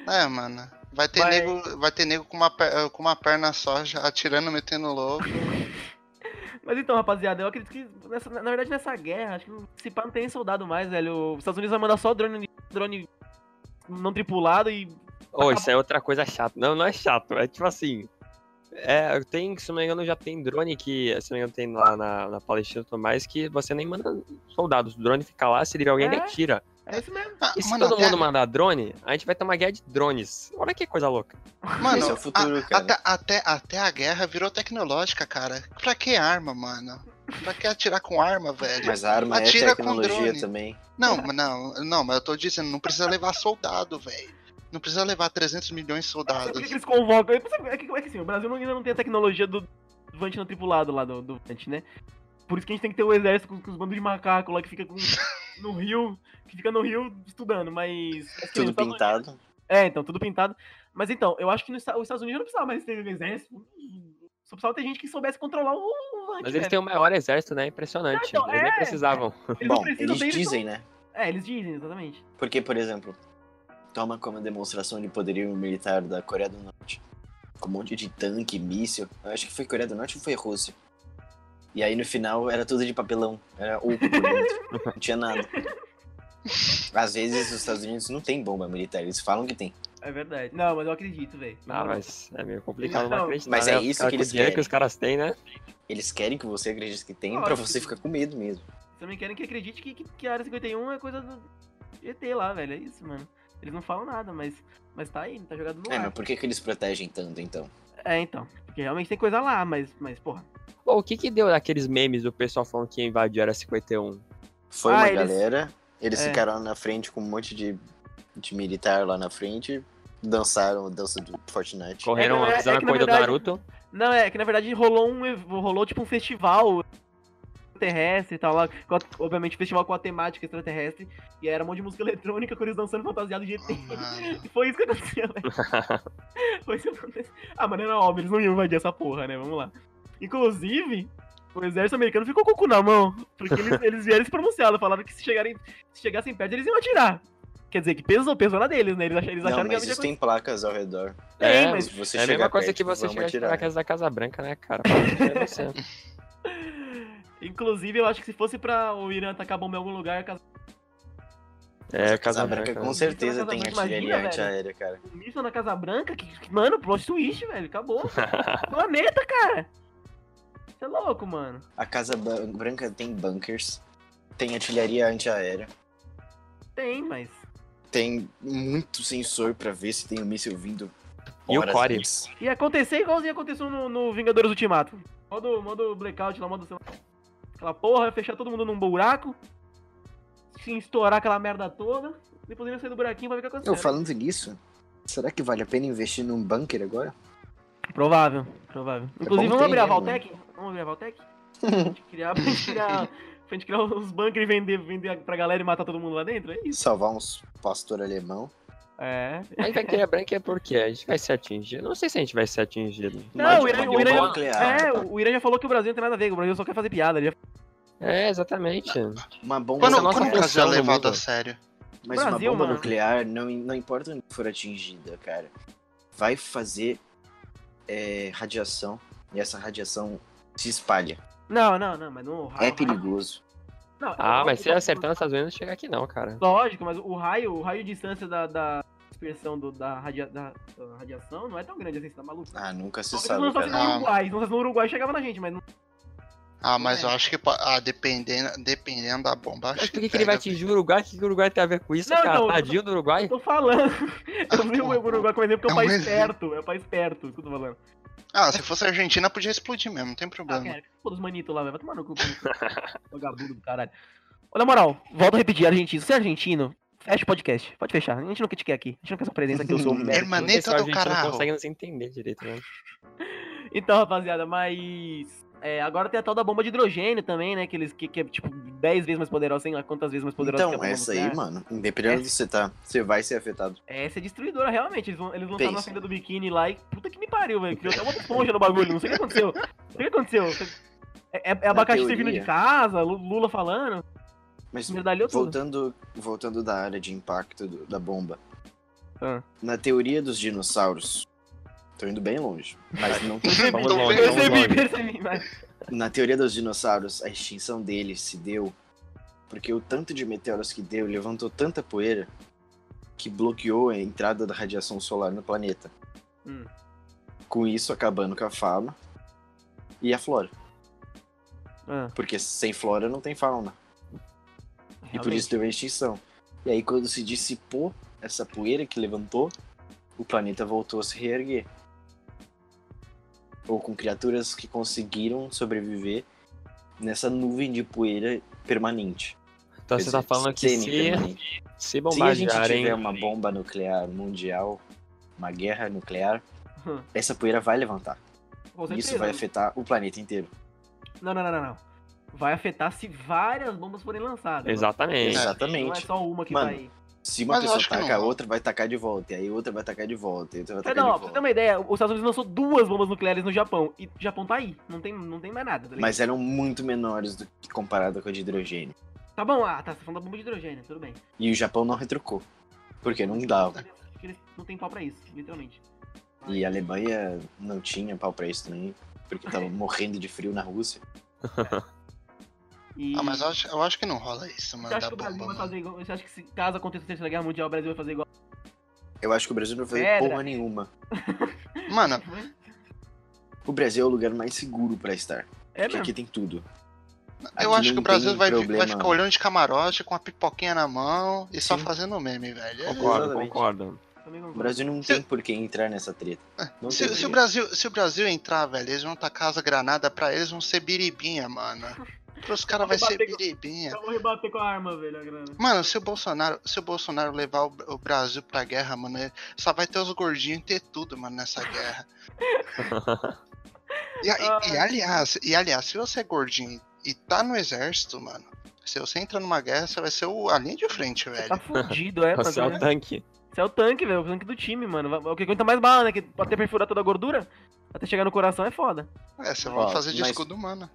[SPEAKER 3] É, mano. Vai ter,
[SPEAKER 1] Vai.
[SPEAKER 3] Nego, vai ter nego com uma, per- com uma perna só, já atirando, metendo louco.
[SPEAKER 1] Mas então, rapaziada, eu acredito que, nessa- na verdade, nessa guerra, acho que se pá não tem soldado mais, velho. Os Estados Unidos vai mandar só drone, drone não tripulado e.
[SPEAKER 2] Oh, isso é outra coisa chata. Não, não é chato. É tipo assim. É, tem, se não me engano, já tem drone que, se não me engano, tem lá na, na Palestina e tudo mais, que você nem manda soldados. O drone fica lá, se liga alguém, ele
[SPEAKER 1] É?
[SPEAKER 2] atira.
[SPEAKER 1] É isso mesmo.
[SPEAKER 3] Ah,
[SPEAKER 2] E se
[SPEAKER 3] mano,
[SPEAKER 2] todo
[SPEAKER 3] até-
[SPEAKER 2] mundo mandar drone, a gente vai ter uma guerra de drones. Olha que coisa louca.
[SPEAKER 3] Mano,
[SPEAKER 4] Esse é o futuro,
[SPEAKER 3] a-
[SPEAKER 4] cara.
[SPEAKER 3] Até, até, até a guerra virou tecnológica, cara. Pra que arma, mano? Pra que atirar com arma, velho?
[SPEAKER 4] Mas a arma
[SPEAKER 3] Atira
[SPEAKER 4] é
[SPEAKER 3] com
[SPEAKER 4] tecnologia
[SPEAKER 3] drone.
[SPEAKER 4] também.
[SPEAKER 3] Não, mas não, não, mas eu tô dizendo, não precisa levar soldado, velho. Não precisa levar 300 milhões de
[SPEAKER 1] Não sei Por que,
[SPEAKER 3] soldados.
[SPEAKER 1] que eles convocam? Eu não sei- É que, é que assim, o Brasil não- ainda não tem a tecnologia do do Vant não tripulado lá do, do Vant, né? Por isso que a gente tem que ter o exército com, com os bandos de macaco lá que fica com- no rio, que fica no rio estudando, mas. assim,
[SPEAKER 4] Tudo
[SPEAKER 1] os Estados
[SPEAKER 4] pintado.
[SPEAKER 1] É, então, tudo pintado. Mas então, eu acho que nos Esta- os Estados Unidos não precisava mais ter exército. Só precisava ter gente que soubesse controlar o. o Vant,
[SPEAKER 2] Mas eles
[SPEAKER 1] velho.
[SPEAKER 2] têm um o maior exército, né? Impressionante.
[SPEAKER 1] Então,
[SPEAKER 2] eles nem
[SPEAKER 1] é.
[SPEAKER 2] precisavam.
[SPEAKER 1] Eles não
[SPEAKER 4] Bom,
[SPEAKER 1] precisam
[SPEAKER 4] eles
[SPEAKER 1] ter, eles só-
[SPEAKER 4] dizem, né?
[SPEAKER 1] É, eles dizem, exatamente.
[SPEAKER 4] Porque, por exemplo, toma como demonstração de poderio um militar da Coreia do Norte. Com um monte de tanque, míssil. Eu acho que foi Coreia do Norte ou foi Rússia? E aí no final era tudo de papelão. Era oco por dentro. não tinha nada. Às vezes os Estados Unidos não tem bomba militar, eles falam que tem.
[SPEAKER 1] É verdade. Não, mas eu acredito, velho.
[SPEAKER 2] Ah, mas é meio complicado não,
[SPEAKER 1] Não,
[SPEAKER 2] acreditar.
[SPEAKER 4] mas
[SPEAKER 2] né?
[SPEAKER 4] é
[SPEAKER 2] Os
[SPEAKER 4] isso
[SPEAKER 2] caras
[SPEAKER 4] que
[SPEAKER 2] com o
[SPEAKER 4] eles
[SPEAKER 2] dinheiro que
[SPEAKER 4] querem.
[SPEAKER 2] os caras têm, né?
[SPEAKER 4] Eles querem que você acredite que tem pra
[SPEAKER 1] Lógico.
[SPEAKER 4] você ficar com medo mesmo.
[SPEAKER 1] também querem que acredite que, que, que a Área 51 é coisa do ET lá, velho. É isso, mano. Eles não falam nada, mas, mas tá aí, tá jogado no
[SPEAKER 4] É,
[SPEAKER 1] ar.
[SPEAKER 4] mas por que, que eles protegem tanto então?
[SPEAKER 1] É, então. Porque realmente tem coisa lá, mas, mas porra.
[SPEAKER 2] Pô, o que que deu daqueles memes do pessoal falando que invadiu a Área 51?
[SPEAKER 4] Foi
[SPEAKER 1] Ah,
[SPEAKER 4] uma
[SPEAKER 1] eles-
[SPEAKER 4] galera, eles
[SPEAKER 1] É.
[SPEAKER 4] ficaram lá na frente com um monte de, de militar lá na frente, dançaram a dança do Fortnite.
[SPEAKER 2] Correram,
[SPEAKER 1] não, é- é
[SPEAKER 2] fizeram
[SPEAKER 1] que,
[SPEAKER 2] a
[SPEAKER 1] na
[SPEAKER 2] corrida do
[SPEAKER 1] verdade,
[SPEAKER 2] Naruto?
[SPEAKER 1] Não, é que na verdade rolou um. ev- rolou tipo um festival terrestre e tal lá. com a- obviamente, festival com a temática extraterrestre. E aí era um monte de música eletrônica com eles dançando fantasiado de ET.
[SPEAKER 4] Hum.
[SPEAKER 3] Mano.
[SPEAKER 1] E Foi isso que aconteceu, velho. Foi isso que aconteceu. Ah, mano, era óbvio, eles não iam invadir essa porra, né? Vamos lá. Inclusive, o exército americano ficou com o cu na mão. Porque eles, eles vieram se pronunciar, falaram que se, chegarem, se chegassem perto, eles iam atirar. Quer dizer, que pesou, pesou na deles, né? Eles acharam, eles
[SPEAKER 4] Não,
[SPEAKER 1] acharam
[SPEAKER 4] mas
[SPEAKER 1] que ia
[SPEAKER 4] isso tem placas ao redor.
[SPEAKER 1] Tem,
[SPEAKER 2] É,
[SPEAKER 1] mas-
[SPEAKER 4] Se você
[SPEAKER 2] é a
[SPEAKER 4] chegar
[SPEAKER 2] mesma coisa
[SPEAKER 4] perto,
[SPEAKER 2] que você
[SPEAKER 4] vão
[SPEAKER 2] chegar
[SPEAKER 4] atirar.
[SPEAKER 2] na casa da Casa Branca, né, cara? Eu não sei.
[SPEAKER 1] Inclusive, eu acho que se fosse pra o Irã atacar bomba em algum lugar, casa-
[SPEAKER 2] É, Casa
[SPEAKER 4] Casa
[SPEAKER 2] Branca.
[SPEAKER 4] Branca
[SPEAKER 2] né?
[SPEAKER 4] com certeza
[SPEAKER 1] Então, Casa
[SPEAKER 4] tem
[SPEAKER 1] Branca,
[SPEAKER 4] artilharia
[SPEAKER 1] imagina, velho.
[SPEAKER 4] antiaérea, cara.
[SPEAKER 1] um míssil na Casa Branca, que, que- mano, plot twist, velho, acabou. Planeta, cara. Você é louco, mano.
[SPEAKER 4] A Casa Ba- Branca tem bunkers, tem artilharia antiaérea,
[SPEAKER 1] Tem, mas...
[SPEAKER 4] tem muito sensor pra ver se tem um míssil vindo.
[SPEAKER 2] E o
[SPEAKER 4] horas
[SPEAKER 2] Core?
[SPEAKER 4] antes.
[SPEAKER 1] Ia acontecer igualzinho aconteceu no, no Vingadores Ultimato. Modo, modo blackout lá, modo. sei lá, Aquela porra, ia fechar todo mundo num buraco. Se estourar aquela merda toda. Depois ele ia sair do buraquinho pra ver o que aconteceu.
[SPEAKER 4] Eu falando nisso, será que vale a pena investir num bunker agora?
[SPEAKER 1] Provável, provável. Inclusive,
[SPEAKER 4] bom
[SPEAKER 1] vamos abrir
[SPEAKER 4] ter,
[SPEAKER 1] a
[SPEAKER 4] né,
[SPEAKER 1] Valtec? Vamos abrir a Valtec? Pra gente criar, pra gente criar, pra gente criar os bunkers e vender, vender pra galera e matar todo mundo lá dentro? É isso.
[SPEAKER 4] Salvar uns pastor alemão.
[SPEAKER 1] É.
[SPEAKER 2] Mas vai querer branca é porque a gente vai ser atingido. Não sei se a gente vai ser atingido.
[SPEAKER 1] Não,
[SPEAKER 4] Uma-
[SPEAKER 1] o Irã,
[SPEAKER 4] uma
[SPEAKER 1] o Irã-
[SPEAKER 4] bomba nuclear.
[SPEAKER 1] é, o Irã já falou que o Brasil não tem nada a ver, que o Brasil só quer fazer piada. Ele já...
[SPEAKER 2] É, exatamente.
[SPEAKER 4] Uma bomba
[SPEAKER 2] Essa é a
[SPEAKER 3] Quando,
[SPEAKER 2] nossa
[SPEAKER 3] quando o Brasil
[SPEAKER 2] função
[SPEAKER 3] é
[SPEAKER 2] no
[SPEAKER 3] levado
[SPEAKER 2] mundo.
[SPEAKER 3] a sério?
[SPEAKER 4] Mas
[SPEAKER 1] Brasil,
[SPEAKER 4] uma bomba
[SPEAKER 1] mano.
[SPEAKER 4] nuclear, não, não importa onde for atingida, cara. vai fazer é, radiação e essa radiação se espalha.
[SPEAKER 1] Não, não, não, mas não. O raio,
[SPEAKER 4] É perigoso.
[SPEAKER 1] Não,
[SPEAKER 2] Ah,
[SPEAKER 1] o-
[SPEAKER 2] mas se
[SPEAKER 1] o-
[SPEAKER 2] acertar nos Estados Unidos, não chega aqui não, cara.
[SPEAKER 1] Lógico, mas o raio, o raio de distância da, da dispersão do- da, radia- da- da radiação não é tão grande assim, você tá maluco.
[SPEAKER 4] Ah, nunca se
[SPEAKER 1] Talvez
[SPEAKER 4] sabe,
[SPEAKER 1] não fosse no
[SPEAKER 4] cara.
[SPEAKER 3] Ah.
[SPEAKER 1] Uruguai, se não fosse no Uruguai chegava na gente, mas não.
[SPEAKER 3] Ah, mas
[SPEAKER 1] É.
[SPEAKER 3] eu acho que pa- ah, dependendo, dependendo da bomba.
[SPEAKER 2] Mas
[SPEAKER 3] acho
[SPEAKER 2] por que, que ele vai
[SPEAKER 3] pega.
[SPEAKER 2] atingir o Uruguai? O que, que o Uruguai tem a ver com isso,
[SPEAKER 1] Não,
[SPEAKER 2] cara?
[SPEAKER 1] então, eu tô-
[SPEAKER 2] Tadinho do Uruguai?
[SPEAKER 1] Eu tô falando. Eu vi o Uruguai como exemplo porque é um
[SPEAKER 3] É um
[SPEAKER 1] país
[SPEAKER 3] exemplo.
[SPEAKER 1] perto, é um país perto, isso que eu tô falando.
[SPEAKER 3] Ah, se fosse a Argentina, podia explodir mesmo, não tem
[SPEAKER 1] Ah,
[SPEAKER 3] problema.
[SPEAKER 1] cara, pô, dos manitos lá, velho. Vai tomar no cu. Vagabundo do caralho. Ô, na moral, volto a repetir, argentino. Você é argentino? Fecha o podcast. Pode fechar. A gente não quer te quer aqui. A gente não quer sua presença aqui, eu
[SPEAKER 4] Uhum.
[SPEAKER 1] sou um merda.
[SPEAKER 2] Não
[SPEAKER 3] Hermanito
[SPEAKER 2] sei se o
[SPEAKER 3] do
[SPEAKER 2] argentino
[SPEAKER 3] caralho.
[SPEAKER 2] consegue se entender direito, né?
[SPEAKER 1] Então, rapaziada, mas. é, agora tem a tal da bomba de hidrogênio também, né? Que, eles, que, que é tipo 10 vezes mais poderosa, sei lá quantas vezes mais poderosa que a
[SPEAKER 4] Então,
[SPEAKER 1] bomba
[SPEAKER 4] essa aí,
[SPEAKER 1] nuclear.
[SPEAKER 4] mano, independente de você tá, você vai ser afetado.
[SPEAKER 1] Essa é destruidora, realmente. Eles, vão, eles lançaram na
[SPEAKER 4] Pensa.
[SPEAKER 1] saída do biquíni lá e. Puta que me pariu, velho. Criou até uma esponja no bagulho. Não sei o que aconteceu. Não sei o que aconteceu. É, é- é abacaxi servindo de
[SPEAKER 4] teoria.
[SPEAKER 1] casa, Lu- Lula falando.
[SPEAKER 4] Mas
[SPEAKER 1] Medalhou tudo.
[SPEAKER 4] voltando, voltando da área de impacto do- da bomba.
[SPEAKER 1] Ah.
[SPEAKER 4] Na teoria dos dinossauros, tô indo bem longe, mas não tem
[SPEAKER 2] Vamos
[SPEAKER 3] Tô
[SPEAKER 2] longe,
[SPEAKER 3] vendo.
[SPEAKER 2] vamos longe.
[SPEAKER 1] Percebi, percebi, mas.
[SPEAKER 4] Na teoria dos dinossauros, a extinção deles se deu porque o tanto de meteoros que deu levantou tanta poeira que bloqueou a entrada da radiação solar no planeta.
[SPEAKER 1] Hum.
[SPEAKER 4] Com isso, acabando com a fauna e a flora.
[SPEAKER 1] Ah.
[SPEAKER 4] Porque sem flora não tem fauna. E por
[SPEAKER 1] Realmente.
[SPEAKER 4] isso deu a extinção. E aí, quando se dissipou essa poeira que levantou, o planeta voltou a se reerguer. Ou com criaturas que conseguiram sobreviver nessa nuvem de poeira permanente.
[SPEAKER 2] Então
[SPEAKER 4] Quer
[SPEAKER 2] você tá
[SPEAKER 4] dizer,
[SPEAKER 2] falando que se,
[SPEAKER 4] semi-permanente.
[SPEAKER 2] se
[SPEAKER 4] né? Se a gente tiver
[SPEAKER 2] bombardearem...
[SPEAKER 4] uma bomba nuclear mundial, uma guerra nuclear,
[SPEAKER 1] Hum.
[SPEAKER 4] essa poeira vai levantar.
[SPEAKER 1] Com
[SPEAKER 4] E
[SPEAKER 1] certeza.
[SPEAKER 4] isso vai afetar o planeta inteiro.
[SPEAKER 1] Não, não, não, não, não. Vai afetar se várias bombas forem
[SPEAKER 4] né?
[SPEAKER 1] lançadas.
[SPEAKER 2] Exatamente.
[SPEAKER 1] Não é
[SPEAKER 4] Exatamente.
[SPEAKER 1] só uma que
[SPEAKER 4] Mano,
[SPEAKER 1] vai.
[SPEAKER 4] Se uma
[SPEAKER 3] Mas eu
[SPEAKER 4] pessoa
[SPEAKER 3] acho que não né?
[SPEAKER 4] ataca, a
[SPEAKER 3] vai.
[SPEAKER 4] outra vai atacar de volta. E aí outra vai atacar de volta. E outra vai
[SPEAKER 1] É,
[SPEAKER 4] atacar
[SPEAKER 1] não, ó, pra
[SPEAKER 4] de
[SPEAKER 1] você
[SPEAKER 4] volta.
[SPEAKER 1] ter uma ideia, os Estados Unidos lançou duas bombas nucleares no Japão. E o Japão tá aí. Não tem, não tem mais nada. Tá, ligado?
[SPEAKER 4] mas eram muito menores do que comparado com a de hidrogênio.
[SPEAKER 1] tá bom, ah, tá. Você tá falando da bomba de hidrogênio, tudo bem.
[SPEAKER 4] E o Japão não retrucou, porque não dava.
[SPEAKER 1] Porque eles não tem pau pra isso, literalmente.
[SPEAKER 4] E a Alemanha não tinha pau pra isso também, porque tava morrendo de frio na Rússia.
[SPEAKER 1] E
[SPEAKER 3] Ah, mas eu acho, eu acho que não rola isso,
[SPEAKER 1] você
[SPEAKER 3] mano,
[SPEAKER 1] acha
[SPEAKER 3] da
[SPEAKER 1] que o
[SPEAKER 3] bomba.
[SPEAKER 1] Brasil vai
[SPEAKER 3] mano.
[SPEAKER 1] fazer igual. Você acha que se caso aconteça a Terceira Guerra Mundial, o Brasil vai fazer igual.
[SPEAKER 4] Eu acho que o Brasil não fez
[SPEAKER 1] Pedra.
[SPEAKER 4] porra nenhuma.
[SPEAKER 3] Mano,
[SPEAKER 4] O Brasil é o lugar mais seguro pra estar,
[SPEAKER 1] É
[SPEAKER 4] porque
[SPEAKER 1] mesmo.
[SPEAKER 4] aqui tem tudo.
[SPEAKER 3] eu
[SPEAKER 4] Aqui
[SPEAKER 3] acho que
[SPEAKER 4] Ah, não
[SPEAKER 3] o Brasil
[SPEAKER 4] tem
[SPEAKER 3] vai, vi- vai
[SPEAKER 4] problema.
[SPEAKER 3] ficar olhando de camarote com a pipoquinha na mão e só
[SPEAKER 4] Sim.
[SPEAKER 3] fazendo meme, velho. É-
[SPEAKER 2] Concordo,
[SPEAKER 4] Exatamente.
[SPEAKER 2] concordo.
[SPEAKER 1] Também
[SPEAKER 4] O
[SPEAKER 1] concordo.
[SPEAKER 4] Brasil não tem por que entrar nessa treta. Não
[SPEAKER 3] Se,
[SPEAKER 4] tem
[SPEAKER 3] se o
[SPEAKER 4] por
[SPEAKER 3] Brasil, se o Brasil entrar, velho, eles vão tacar as granadas pra eles, vão ser biribinha, mano. Pros caras vai ser
[SPEAKER 1] Bater com-
[SPEAKER 3] biribinha.
[SPEAKER 1] Eu vou rebater com a arma, velho, a grana.
[SPEAKER 3] Mano, se o Bolsonaro, se o Bolsonaro levar o, o Brasil pra guerra, mano, ele- só vai ter os gordinhos e ter tudo, mano, nessa guerra. e, a- e- e aliás, e aliás, se você é gordinho e tá no exército, mano, se você entra numa guerra, você vai ser o, a linha de frente,
[SPEAKER 1] Você
[SPEAKER 3] velho.
[SPEAKER 1] tá fudido, é,
[SPEAKER 2] Você é
[SPEAKER 4] né?
[SPEAKER 1] mano.
[SPEAKER 2] o tanque.
[SPEAKER 1] Você é o tanque, velho. O tanque do time, mano. Vai- O que aguenta mais bala, né? Que até perfurar toda a gordura, até chegar no coração é foda.
[SPEAKER 3] É, você
[SPEAKER 4] Ó,
[SPEAKER 3] vai fazer de
[SPEAKER 4] mas-
[SPEAKER 3] escudo humano.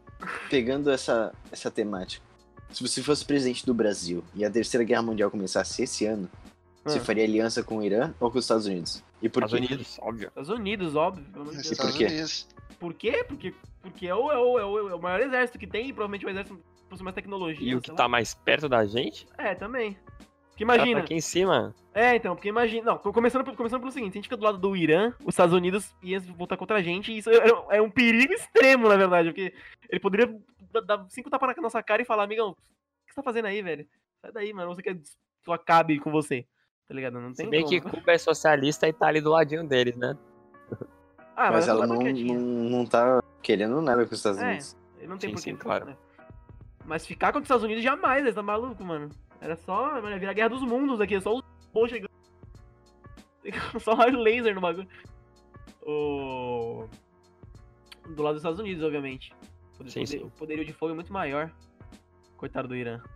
[SPEAKER 4] pegando essa, essa temática, se você fosse presidente do Brasil e a Terceira Guerra Mundial começasse esse ano, você
[SPEAKER 1] Ah.
[SPEAKER 4] faria aliança com o Irã ou com os Estados Unidos? E por
[SPEAKER 2] Estados
[SPEAKER 4] quê?
[SPEAKER 2] Unidos, óbvio.
[SPEAKER 1] Estados Unidos, óbvio. Pelo amor de
[SPEAKER 3] Nos
[SPEAKER 1] Deus.
[SPEAKER 4] E por
[SPEAKER 3] Estados
[SPEAKER 4] quê?
[SPEAKER 3] Unidos.
[SPEAKER 1] Por quê? Porque, porque é, o, é, o, é, o, é o maior exército que tem, e provavelmente o exército possui mais tecnologia.
[SPEAKER 2] E o que
[SPEAKER 1] sei
[SPEAKER 2] tá
[SPEAKER 1] lá.
[SPEAKER 2] mais perto da gente,
[SPEAKER 1] É, também. Porque
[SPEAKER 2] tá- tá
[SPEAKER 1] imagina.
[SPEAKER 2] aqui em cima.
[SPEAKER 1] É, então, porque imagina. Não, co- começando, pelo- começando pelo seguinte: se a gente fica do lado do Irã, os Estados Unidos iam voltar contra a gente, e isso era, um- era um perigo extremo, na verdade, porque ele poderia da- dar cinco tapas na nossa cara e falar, amigão, o que você tá fazendo aí, velho? Sai daí, mano, você quer que eu acabe com você. Tá ligado? Não tem
[SPEAKER 2] Se bem
[SPEAKER 1] como.
[SPEAKER 2] que Cuba é socialista e tá ali do ladinho deles, né?
[SPEAKER 1] Ah,
[SPEAKER 4] mas ela
[SPEAKER 1] tá
[SPEAKER 4] não, não,
[SPEAKER 1] quietinha.
[SPEAKER 4] não tá querendo nada com os Estados
[SPEAKER 1] É.
[SPEAKER 4] Unidos.
[SPEAKER 1] Ele não tem
[SPEAKER 2] Sim,
[SPEAKER 1] porquê.
[SPEAKER 2] sim, claro.
[SPEAKER 1] né? Mas ficar contra os Estados Unidos jamais, eles tá maluco, mano. Era só, mano, ia virar guerra dos mundos aqui, só os bons chegando. só raio laser no bagulho. O... Do lado dos Estados Unidos, obviamente. O
[SPEAKER 2] Sim,
[SPEAKER 1] poder-
[SPEAKER 2] sim.
[SPEAKER 1] O poderio de fogo é muito maior. Coitado do Irã.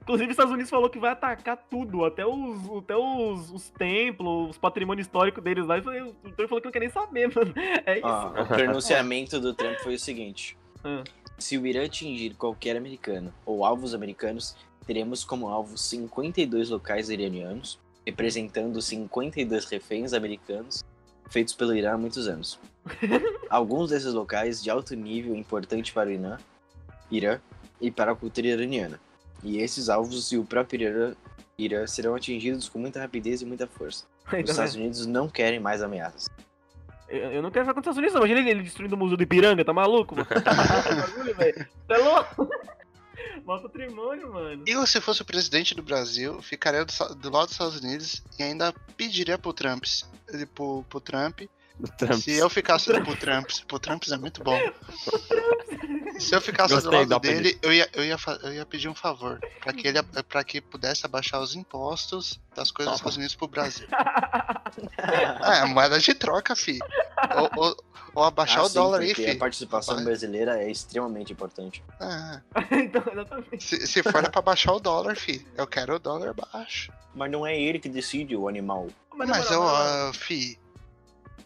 [SPEAKER 1] Inclusive, os Estados Unidos falou que vai atacar tudo, até os, até os, os templos, os patrimônio histórico deles lá. Eu falei- O Trump falou que não quer nem saber, mano. É isso.
[SPEAKER 4] Ó, o pronunciamento do Trump foi o seguinte:
[SPEAKER 1] Ah.
[SPEAKER 4] se o Irã atingir qualquer americano ou alvos americanos, teremos como alvo 52 locais iranianos, representando 52 reféns americanos feitos pelo Irã há muitos anos. Alguns desses locais de alto nível importante para o Irã, Irã e para a cultura iraniana. E esses alvos e o próprio Irã, Irã serão atingidos com muita rapidez e muita força.
[SPEAKER 1] Então,
[SPEAKER 4] Os Estados Unidos não querem mais ameaças.
[SPEAKER 1] Eu, eu não quero falar com os Estados Unidos, não. Imagina ele, ele destruindo o Museu do Ipiranga, tá maluco, mano? Bagulho, velho. Você é louco? Mó patrimônio, mano.
[SPEAKER 3] Eu, se fosse o presidente do Brasil, ficaria do, sa- do lado dos Estados Unidos e ainda pediria pro Trump, se- ele- pro, pro Trump,
[SPEAKER 2] O Trump.
[SPEAKER 3] se eu ficasse do, pro Trump, pro Trump é muito bom. Se eu ficasse
[SPEAKER 2] Gostei
[SPEAKER 3] do
[SPEAKER 2] da
[SPEAKER 3] lado dele, eu ia, eu, ia, fa- eu ia pedir um favor, pra que ele para que pudesse abaixar os impostos das coisas dos Estados Unidos pro Brasil. É, moeda de troca, fi. Ou, ou- ou abaixar
[SPEAKER 4] Ah,
[SPEAKER 3] o
[SPEAKER 4] sim,
[SPEAKER 3] dólar aí,
[SPEAKER 4] porque
[SPEAKER 3] fi.
[SPEAKER 4] A participação
[SPEAKER 3] Vai.
[SPEAKER 4] brasileira é extremamente importante.
[SPEAKER 3] Ah,
[SPEAKER 1] então, exatamente.
[SPEAKER 3] se, se for é pra baixar o dólar, fi. Eu quero o dólar baixo.
[SPEAKER 4] Mas não é ele que decide o animal.
[SPEAKER 3] Mas,
[SPEAKER 1] na moral,
[SPEAKER 3] eu,
[SPEAKER 1] na moral,
[SPEAKER 3] ah, fi,
[SPEAKER 1] né?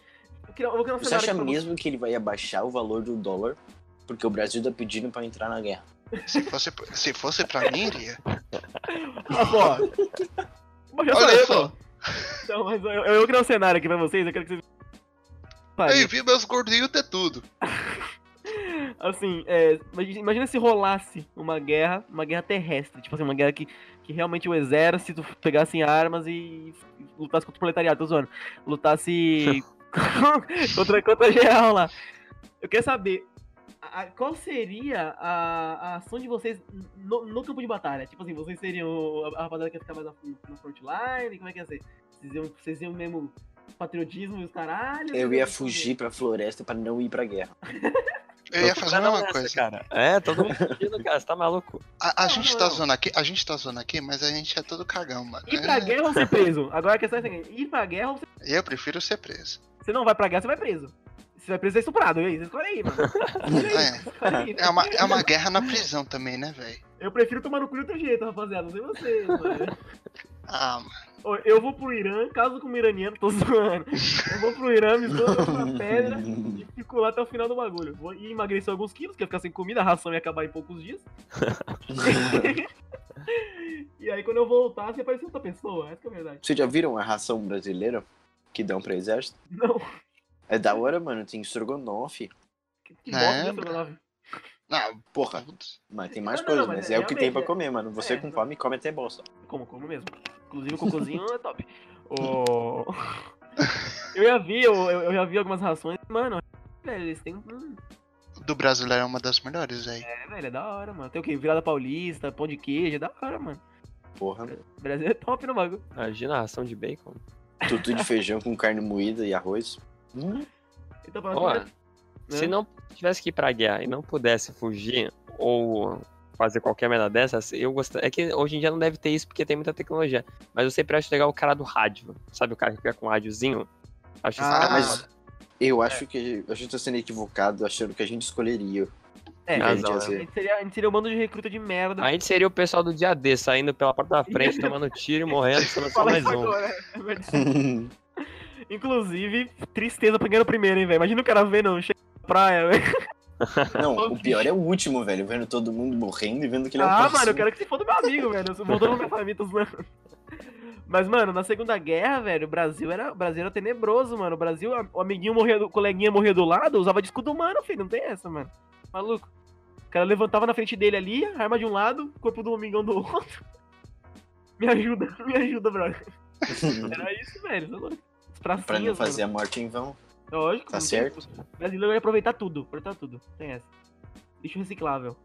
[SPEAKER 1] eu queria- eu vou criar um
[SPEAKER 4] Você
[SPEAKER 1] cenário
[SPEAKER 4] acha
[SPEAKER 1] aqui pra
[SPEAKER 4] mesmo que ele vai abaixar o valor do dólar? Porque o Brasil tá pedindo pra entrar na guerra.
[SPEAKER 3] se fosse, se fosse pra mim, iria.
[SPEAKER 1] Ah, pô. Mas já
[SPEAKER 3] Olha
[SPEAKER 1] sou eu,
[SPEAKER 3] só.
[SPEAKER 1] pô. Então, mas eu, eu, eu criei um cenário aqui pra vocês, eu quero que vocês.
[SPEAKER 3] Aí vi meus gordinhos ter tudo.
[SPEAKER 1] Assim, é, imagi- imagina se rolasse uma guerra, uma guerra terrestre, tipo assim, uma guerra que, que realmente o exército pegasse armas e lutasse contra o proletariado, tô zoando. Lutasse contra, contra geral lá. Eu quero saber a- a- qual seria a, a ação de vocês no, no campo de batalha. Tipo assim, vocês seriam a, a rapaziada que ia ficar mais na, na frontline, como é que ia ser? Vocês iam, vocês iam mesmo patriotismo e os é caralho?
[SPEAKER 4] Eu
[SPEAKER 1] Vocês
[SPEAKER 4] ia
[SPEAKER 1] iam-
[SPEAKER 4] fugir pra floresta pra não ir pra guerra.
[SPEAKER 3] Eu ia fazer a
[SPEAKER 2] Cada um
[SPEAKER 3] mesma
[SPEAKER 2] nessa,
[SPEAKER 3] coisa.
[SPEAKER 2] Cara. É, todo mundo fugindo, cara. Você tá maluco?
[SPEAKER 3] A, a
[SPEAKER 1] Não,
[SPEAKER 3] gente
[SPEAKER 1] não,
[SPEAKER 3] tá
[SPEAKER 1] não.
[SPEAKER 3] zoando aqui, a gente tá zoando aqui, mas a gente é todo cagão, mano.
[SPEAKER 1] Ir pra
[SPEAKER 3] É,
[SPEAKER 1] guerra ou ser preso? Agora a questão é a seguinte: ir pra guerra ou ser...
[SPEAKER 3] Eu prefiro ser preso.
[SPEAKER 1] Você não vai pra guerra, você vai preso. Se vai preso, você é estuprado. E aí, você escolhe aí, mano. Escolhe aí,
[SPEAKER 3] É.
[SPEAKER 1] escolhe aí.
[SPEAKER 3] É uma, é uma guerra na prisão também, né, velho?
[SPEAKER 1] Eu prefiro tomar no cu de outro jeito, rapaziada. Não sei vocês, mano.
[SPEAKER 3] Ah, mano.
[SPEAKER 1] Ó, Eu vou pro Irã, caso com um iraniano, tô zoando. Eu vou pro Irã, me zoando pra pedra e fico lá até o final do bagulho. Vou e emagrecer alguns quilos, que ia ficar sem comida, a ração ia acabar em poucos dias. E aí, quando eu voltar, você aparece outra pessoa. Essa que é a verdade.
[SPEAKER 4] Vocês já viram a ração brasileira que dão pra exército?
[SPEAKER 1] Não,
[SPEAKER 4] É da hora, mano. Tem estrogonofe.
[SPEAKER 1] que que bosta, né,
[SPEAKER 3] Lembra?
[SPEAKER 1] seu Olavo?
[SPEAKER 3] Não,
[SPEAKER 4] Porra, mas tem mais
[SPEAKER 1] Não, não,
[SPEAKER 4] coisa,
[SPEAKER 1] não, mas
[SPEAKER 4] mas
[SPEAKER 1] é
[SPEAKER 4] é, o que tem
[SPEAKER 1] realmente,
[SPEAKER 4] pra
[SPEAKER 1] é-
[SPEAKER 4] comer, mano. Você
[SPEAKER 1] é,
[SPEAKER 4] com
[SPEAKER 1] não.
[SPEAKER 4] fome come até bosta.
[SPEAKER 1] Como, como mesmo. Inclusive o cocôzinho é top. O... eu já vi, eu, eu eu já vi algumas rações. Mano, velho, eles têm. Hum,
[SPEAKER 3] do brasileiro é uma das melhores, velho.
[SPEAKER 1] é, velho, é da hora, mano. Tem o quê? Virada paulista, pão de queijo, é da hora, mano.
[SPEAKER 4] Porra.
[SPEAKER 1] O Brasil é top no bagulho.
[SPEAKER 2] Imagina a ração de bacon.
[SPEAKER 4] Tutu de feijão com carne moída e arroz. Hum,
[SPEAKER 1] Então, pra
[SPEAKER 2] Ó,
[SPEAKER 1] né?
[SPEAKER 2] se não tivesse que ir pra guerra e não pudesse fugir ou fazer qualquer merda dessas, eu gostaria. É que hoje em dia não deve ter isso porque tem muita tecnologia. Mas eu sempre acho legal o cara do rádio. Sabe o cara que fica com um rádiozinho? Acho esse
[SPEAKER 1] Ah,
[SPEAKER 2] cara mais.
[SPEAKER 1] mas-
[SPEAKER 4] eu acho que a gente tá sendo equivocado achando que a gente escolheria.
[SPEAKER 1] é,
[SPEAKER 4] a, gente
[SPEAKER 2] razão,
[SPEAKER 4] ia
[SPEAKER 2] né?
[SPEAKER 1] a,
[SPEAKER 4] ser.
[SPEAKER 1] gente seria, a gente seria um bando de recruta de merda.
[SPEAKER 2] A gente seria o pessoal do dia D saindo pela porta da frente, tomando tiro e morrendo, sendo só mais um.
[SPEAKER 1] agora, é verdade. Inclusive, tristeza pra quem era o primeiro, hein, velho. Imagina o cara vendo, chega na praia, velho.
[SPEAKER 4] Não, o pior é o último, velho. Vendo todo mundo morrendo e vendo que ele é o
[SPEAKER 1] Ah,
[SPEAKER 4] próximo.
[SPEAKER 1] mano, eu quero que você foda meu amigo, velho. Você voltou pra minha família, tô zoando. Mas, mano, na Segunda Guerra, velho, o Brasil era, o Brasil era tenebroso, mano. O Brasil, a- o amiguinho morria, do- o coleguinha morria do lado, usava de escudo humano, filho. Não tem essa, mano. Maluco. O cara levantava na frente dele ali, arma de um lado, corpo do amigão do outro. Me ajuda, me ajuda, brother. Era isso, velho. Você é louco. As pracinhas,
[SPEAKER 4] Pra não
[SPEAKER 1] mano.
[SPEAKER 4] fazer
[SPEAKER 1] É
[SPEAKER 4] a morte em vão.
[SPEAKER 1] Lógico.
[SPEAKER 4] Tá
[SPEAKER 1] não tem-
[SPEAKER 4] certo?
[SPEAKER 1] O brasileiro ia aproveitar tudo, aproveitar tudo. Não Tem essa. Lixo reciclável.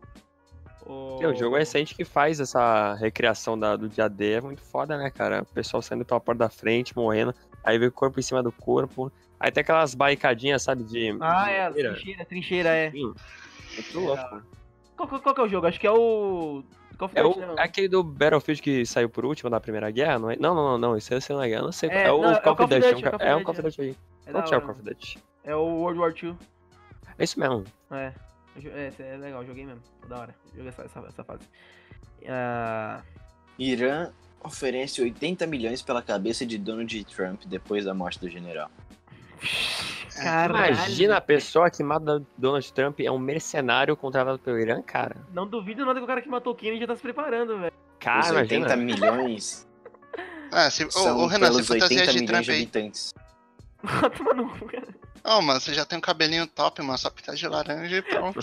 [SPEAKER 2] É, O um jogo recente que faz essa recriação da- do dia D é muito foda, né, cara? O pessoal saindo pela porta da frente, morrendo. Aí vem o corpo em cima do corpo. Aí tem aquelas barricadinhas, sabe? De.
[SPEAKER 1] Ah,
[SPEAKER 2] de
[SPEAKER 1] é,
[SPEAKER 2] madeira.
[SPEAKER 1] trincheira, trincheira, é.
[SPEAKER 2] Sim. Muito louco.
[SPEAKER 1] Qual, qual- qual que é o jogo? Acho que é o. Call of
[SPEAKER 2] É
[SPEAKER 1] Duty,
[SPEAKER 2] o,
[SPEAKER 1] né, não?
[SPEAKER 2] aquele do Battlefield que saiu por último na Primeira Guerra, não é? Não, não, não, não esse é o Segunda Guerra, não sei.
[SPEAKER 1] É,
[SPEAKER 2] É, o
[SPEAKER 1] não, é o
[SPEAKER 2] Call of Duty,
[SPEAKER 1] Call of
[SPEAKER 2] é um
[SPEAKER 1] Duty,
[SPEAKER 2] Call of
[SPEAKER 1] é.
[SPEAKER 2] Duty aí.
[SPEAKER 1] É, da
[SPEAKER 2] Não tinha o
[SPEAKER 1] hora,
[SPEAKER 2] Call of
[SPEAKER 1] mano.
[SPEAKER 2] Duty.
[SPEAKER 1] é o World War II.
[SPEAKER 2] É isso mesmo.
[SPEAKER 1] É. Eu jo- É, esse é legal, joguei mesmo. É Da hora. Joguei essa, essa, essa fase. Ah,
[SPEAKER 4] Irã oferece 80 milhões pela cabeça de Donald Trump depois da morte do general.
[SPEAKER 1] Caralho.
[SPEAKER 2] Imagina a pessoa que mata Donald Trump é um mercenário contratado pelo Irã, cara. Ah,
[SPEAKER 1] Não duvido nada que o cara que matou o Kennedy já tá se preparando, velho.
[SPEAKER 4] Os
[SPEAKER 2] Cara,
[SPEAKER 4] 80
[SPEAKER 2] imagina.
[SPEAKER 4] milhões
[SPEAKER 3] Ah, se, ô,
[SPEAKER 4] São
[SPEAKER 3] ô, Renan, se
[SPEAKER 4] pelos 80
[SPEAKER 3] fantasia
[SPEAKER 4] milhões
[SPEAKER 3] de
[SPEAKER 4] de,
[SPEAKER 3] Trump aí.
[SPEAKER 4] habitantes.
[SPEAKER 1] Toma no cu, cara.
[SPEAKER 3] Ó, mano, você já tem um cabelinho top, mano, só pintar de laranja e pronto.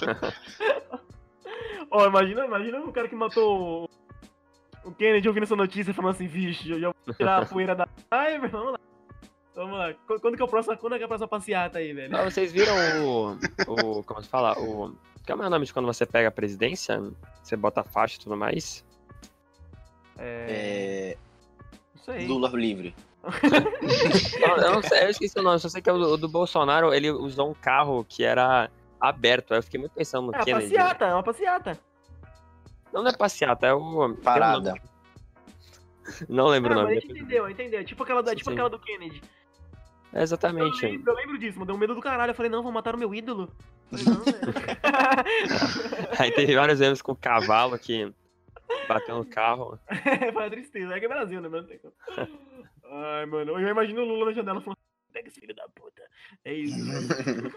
[SPEAKER 1] Ó, imagina, imagina o cara que matou o- o Kennedy ouvindo essa notícia e falando assim, vixe, eu já vou tirar a poeira da. Ai, meu, vamos lá. Vamos lá. Qu- Quando que é o próximo. Quando é que é a próxima passeata aí, velho?
[SPEAKER 2] Ah, vocês viram o, o. Como se fala? O. Como é o nome de quando você pega a presidência? Você bota a faixa e tudo mais?
[SPEAKER 1] É.
[SPEAKER 4] É,
[SPEAKER 1] Não sei.
[SPEAKER 4] Lula livre.
[SPEAKER 2] Eu, eu não sei, eu esqueci o nome, só sei que o, do- o do Bolsonaro ele usou um carro que era aberto. Aí eu fiquei muito pensando no
[SPEAKER 1] É uma
[SPEAKER 2] Kennedy. né?
[SPEAKER 1] passeata, é uma passeata.
[SPEAKER 2] Não, não é passeata, é o. tem um
[SPEAKER 4] Parada.
[SPEAKER 2] nome. Não lembro
[SPEAKER 1] Ah,
[SPEAKER 2] o
[SPEAKER 1] mas a
[SPEAKER 2] nome.
[SPEAKER 1] gente entendeu, entendeu. Tipo aquela, do- é
[SPEAKER 2] Sim,
[SPEAKER 1] tipo
[SPEAKER 2] sim.
[SPEAKER 1] aquela do Kennedy.
[SPEAKER 2] É,
[SPEAKER 1] Eu
[SPEAKER 2] exatamente.
[SPEAKER 1] lembro, eu lembro disso, me deu um medo do caralho. Eu falei, não, vão matar o meu ídolo. Eu falei, não, né?" velho.
[SPEAKER 2] Aí teve vários memes com o cavalo que bateu no carro.
[SPEAKER 1] Foi uma tristeza. É que é Brasil, né, mano? Não tem como. Ai, mano, eu imagino o Lula na janela falando, pega esse filho da puta. É isso, velho.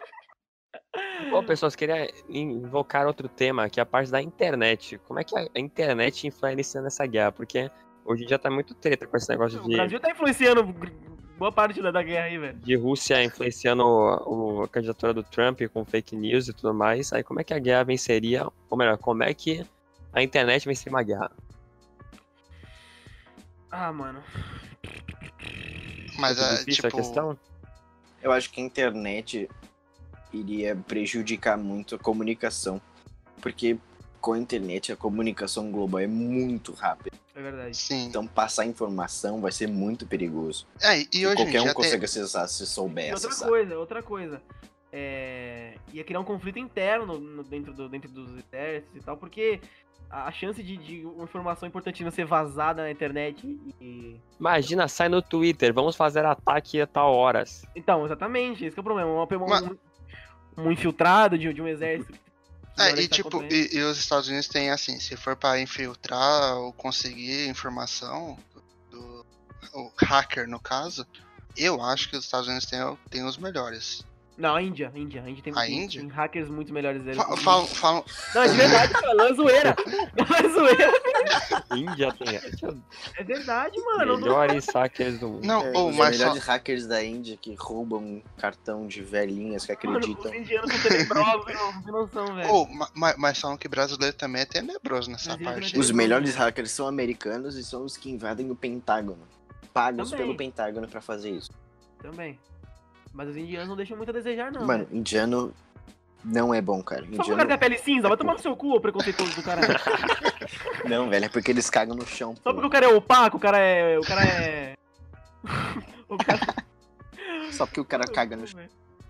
[SPEAKER 2] Bom, pessoas, queria invocar outro tema, que é a parte da internet. Como é que a internet influencia nessa guerra? Porque hoje em dia tá muito treta com esse negócio
[SPEAKER 1] O
[SPEAKER 2] de,
[SPEAKER 1] Brasil tá influenciando gr- boa parte da, da guerra aí, velho.
[SPEAKER 2] de Rússia influenciando o, o- a candidatura do Trump com fake news e tudo mais. Aí como é que a guerra venceria, ou melhor, como é que a internet venceria uma guerra?
[SPEAKER 1] Ah, mano.
[SPEAKER 3] Mas
[SPEAKER 2] Muito
[SPEAKER 3] é,
[SPEAKER 2] difícil
[SPEAKER 3] tipo.
[SPEAKER 2] a questão?
[SPEAKER 4] Eu acho que a internet iria prejudicar muito a comunicação. Porque com a internet a comunicação global é muito rápida.
[SPEAKER 1] É verdade.
[SPEAKER 3] Sim.
[SPEAKER 4] Então passar informação vai ser muito perigoso.
[SPEAKER 3] É, e- e hoje em
[SPEAKER 4] qualquer um
[SPEAKER 3] dia tem,
[SPEAKER 4] consegue acessar se souber
[SPEAKER 1] E outra
[SPEAKER 4] acessar.
[SPEAKER 1] coisa, outra coisa. É... Ia criar um conflito interno no- dentro, do, dentro dos exércitos e tal, porque a a chance de, de uma informação importantíssima ser vazada na internet e.
[SPEAKER 2] Imagina, sai no Twitter, vamos fazer ataque a tal horas.
[SPEAKER 1] Então, exatamente, esse que é o problema. Uma, uma-
[SPEAKER 3] Mas-
[SPEAKER 1] um, um infiltrado de, de um exército. que- que
[SPEAKER 3] É,
[SPEAKER 1] olha
[SPEAKER 3] e
[SPEAKER 1] que tá
[SPEAKER 3] tipo,
[SPEAKER 1] acompanhando.
[SPEAKER 3] e, e os Estados Unidos têm assim, se for pra infiltrar ou conseguir informação do o hacker no caso, eu acho que os Estados Unidos têm, têm os melhores.
[SPEAKER 1] Não, a Índia, a Índia. A Índia tem,
[SPEAKER 3] A
[SPEAKER 1] tem-
[SPEAKER 3] Índia?
[SPEAKER 1] tem hackers muito melhores deles.
[SPEAKER 3] Fa- Falam, falam,
[SPEAKER 1] Não, é de verdade, mano, é zoeira. Não, é zoeira.
[SPEAKER 2] Índia tem os
[SPEAKER 1] É verdade, mano. não-
[SPEAKER 2] melhores hackers do mundo.
[SPEAKER 3] não,
[SPEAKER 4] É,
[SPEAKER 3] ou
[SPEAKER 4] os
[SPEAKER 3] mas
[SPEAKER 4] melhores hackers da Índia que roubam cartão de velhinhas que
[SPEAKER 1] Mano,
[SPEAKER 4] acreditam.
[SPEAKER 1] os indianos são tenebrosos, não tem noção,
[SPEAKER 4] é.
[SPEAKER 1] velho.
[SPEAKER 3] ou, mas, mas falam que brasileiro também é tenebroso nessa
[SPEAKER 1] Mas ele
[SPEAKER 3] parte.
[SPEAKER 1] não
[SPEAKER 4] Os melhores hackers são americanos e são os que invadem o Pentágono. Pagos
[SPEAKER 1] Também.
[SPEAKER 4] pelo Pentágono pra fazer isso.
[SPEAKER 1] Também. Mas os indianos não deixam muito a desejar, não.
[SPEAKER 4] Mano,
[SPEAKER 1] velho.
[SPEAKER 4] indiano não é bom, cara.
[SPEAKER 1] Só porque o cara
[SPEAKER 4] Indiano.
[SPEAKER 1] tem a pele cinza, vai tomar no seu cu, ô preconceituoso do cara.
[SPEAKER 4] Não, velho, é porque eles cagam no chão.
[SPEAKER 1] Só
[SPEAKER 4] pô.
[SPEAKER 1] porque o cara é opaco, o cara é. O cara é. o cara
[SPEAKER 4] Só porque o cara Tá caga no chão.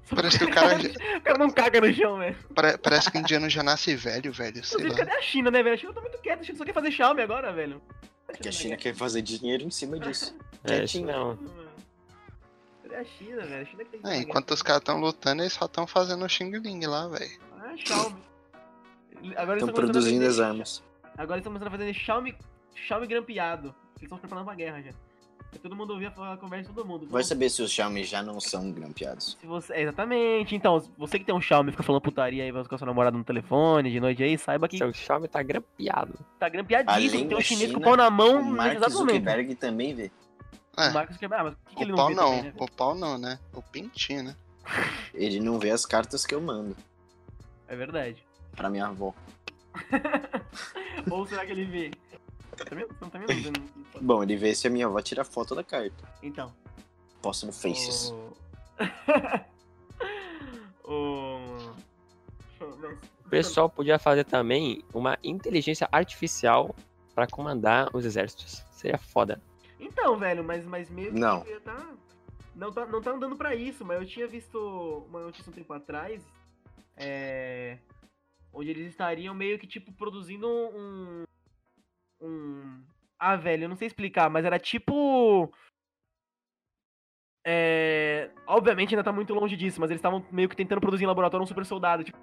[SPEAKER 1] Só
[SPEAKER 3] Parece que
[SPEAKER 1] porque
[SPEAKER 3] o cara, já-
[SPEAKER 1] o cara não caga no chão, velho.
[SPEAKER 3] pare- parece que o indiano já nasce velho, velho, sei
[SPEAKER 1] Inclusive,
[SPEAKER 3] lá. É,
[SPEAKER 1] cadê a China, né, velho? A China tá muito quieta, a China só quer fazer Xiaomi agora, velho.
[SPEAKER 4] Porque É a China quer fazer dinheiro em cima disso.
[SPEAKER 2] É, isso não.
[SPEAKER 1] Cadê a China, velho? A China que tem que
[SPEAKER 3] É, enquanto os caras estão lutando, eles só estão fazendo Xing Ling lá, velho.
[SPEAKER 1] Ah, Xiaomi. Agora eles
[SPEAKER 4] Estão
[SPEAKER 1] tão começando a
[SPEAKER 4] produzindo
[SPEAKER 1] vender-
[SPEAKER 4] as armas.
[SPEAKER 1] Agora eles estão começando a fazer Xiaomi, Xiaomi grampeado. Eles estão se preparando pra guerra já. Todo mundo ouvia a conversa de todo mundo.
[SPEAKER 4] Vai
[SPEAKER 1] Então,
[SPEAKER 4] saber se os Xiaomi já não são grampeados.
[SPEAKER 1] Se você... é, exatamente. Então, se você que tem um Xiaomi e fica falando putaria aí com a sua namorada no telefone de noite aí, saiba que
[SPEAKER 2] Seu Xiaomi tá grampeado.
[SPEAKER 1] tá
[SPEAKER 4] Além
[SPEAKER 1] grampeadíssimo. Tem um
[SPEAKER 4] da
[SPEAKER 1] chinês com o pau
[SPEAKER 4] China,
[SPEAKER 1] na
[SPEAKER 4] O
[SPEAKER 1] mão nesse
[SPEAKER 4] Mark
[SPEAKER 1] exato momento.
[SPEAKER 4] Zuckerberg também vê.
[SPEAKER 3] É,
[SPEAKER 1] O Marcos quebra. Ah, mas por que, que ele não
[SPEAKER 3] o pau
[SPEAKER 1] vê
[SPEAKER 3] não,
[SPEAKER 1] também, né?
[SPEAKER 3] o pau não, né? O pintinho, né?
[SPEAKER 4] Ele não vê as cartas que eu mando
[SPEAKER 1] É verdade.
[SPEAKER 4] pra minha avó.
[SPEAKER 1] Ou será que ele vê? Tá me- Não tá me ouvindo, não pode.
[SPEAKER 4] Bom, ele vê se a minha avó tira foto da carta.
[SPEAKER 1] Então.
[SPEAKER 4] Posta no
[SPEAKER 1] Oh,
[SPEAKER 4] Faces.
[SPEAKER 1] O... o...
[SPEAKER 2] O pessoal podia fazer também uma inteligência artificial pra comandar os exércitos. Seria foda.
[SPEAKER 1] Então, velho, mas, mas meio que
[SPEAKER 4] Não.
[SPEAKER 1] ia tá... Não, tá. não tá andando pra isso, mas eu tinha visto uma notícia um tempo atrás. é, Onde eles estariam meio que, tipo, produzindo um. Um. Ah, velho, eu não sei explicar, mas era tipo. É. Obviamente ainda tá muito longe disso, mas eles estavam meio que tentando produzir em laboratório um super soldado, tipo.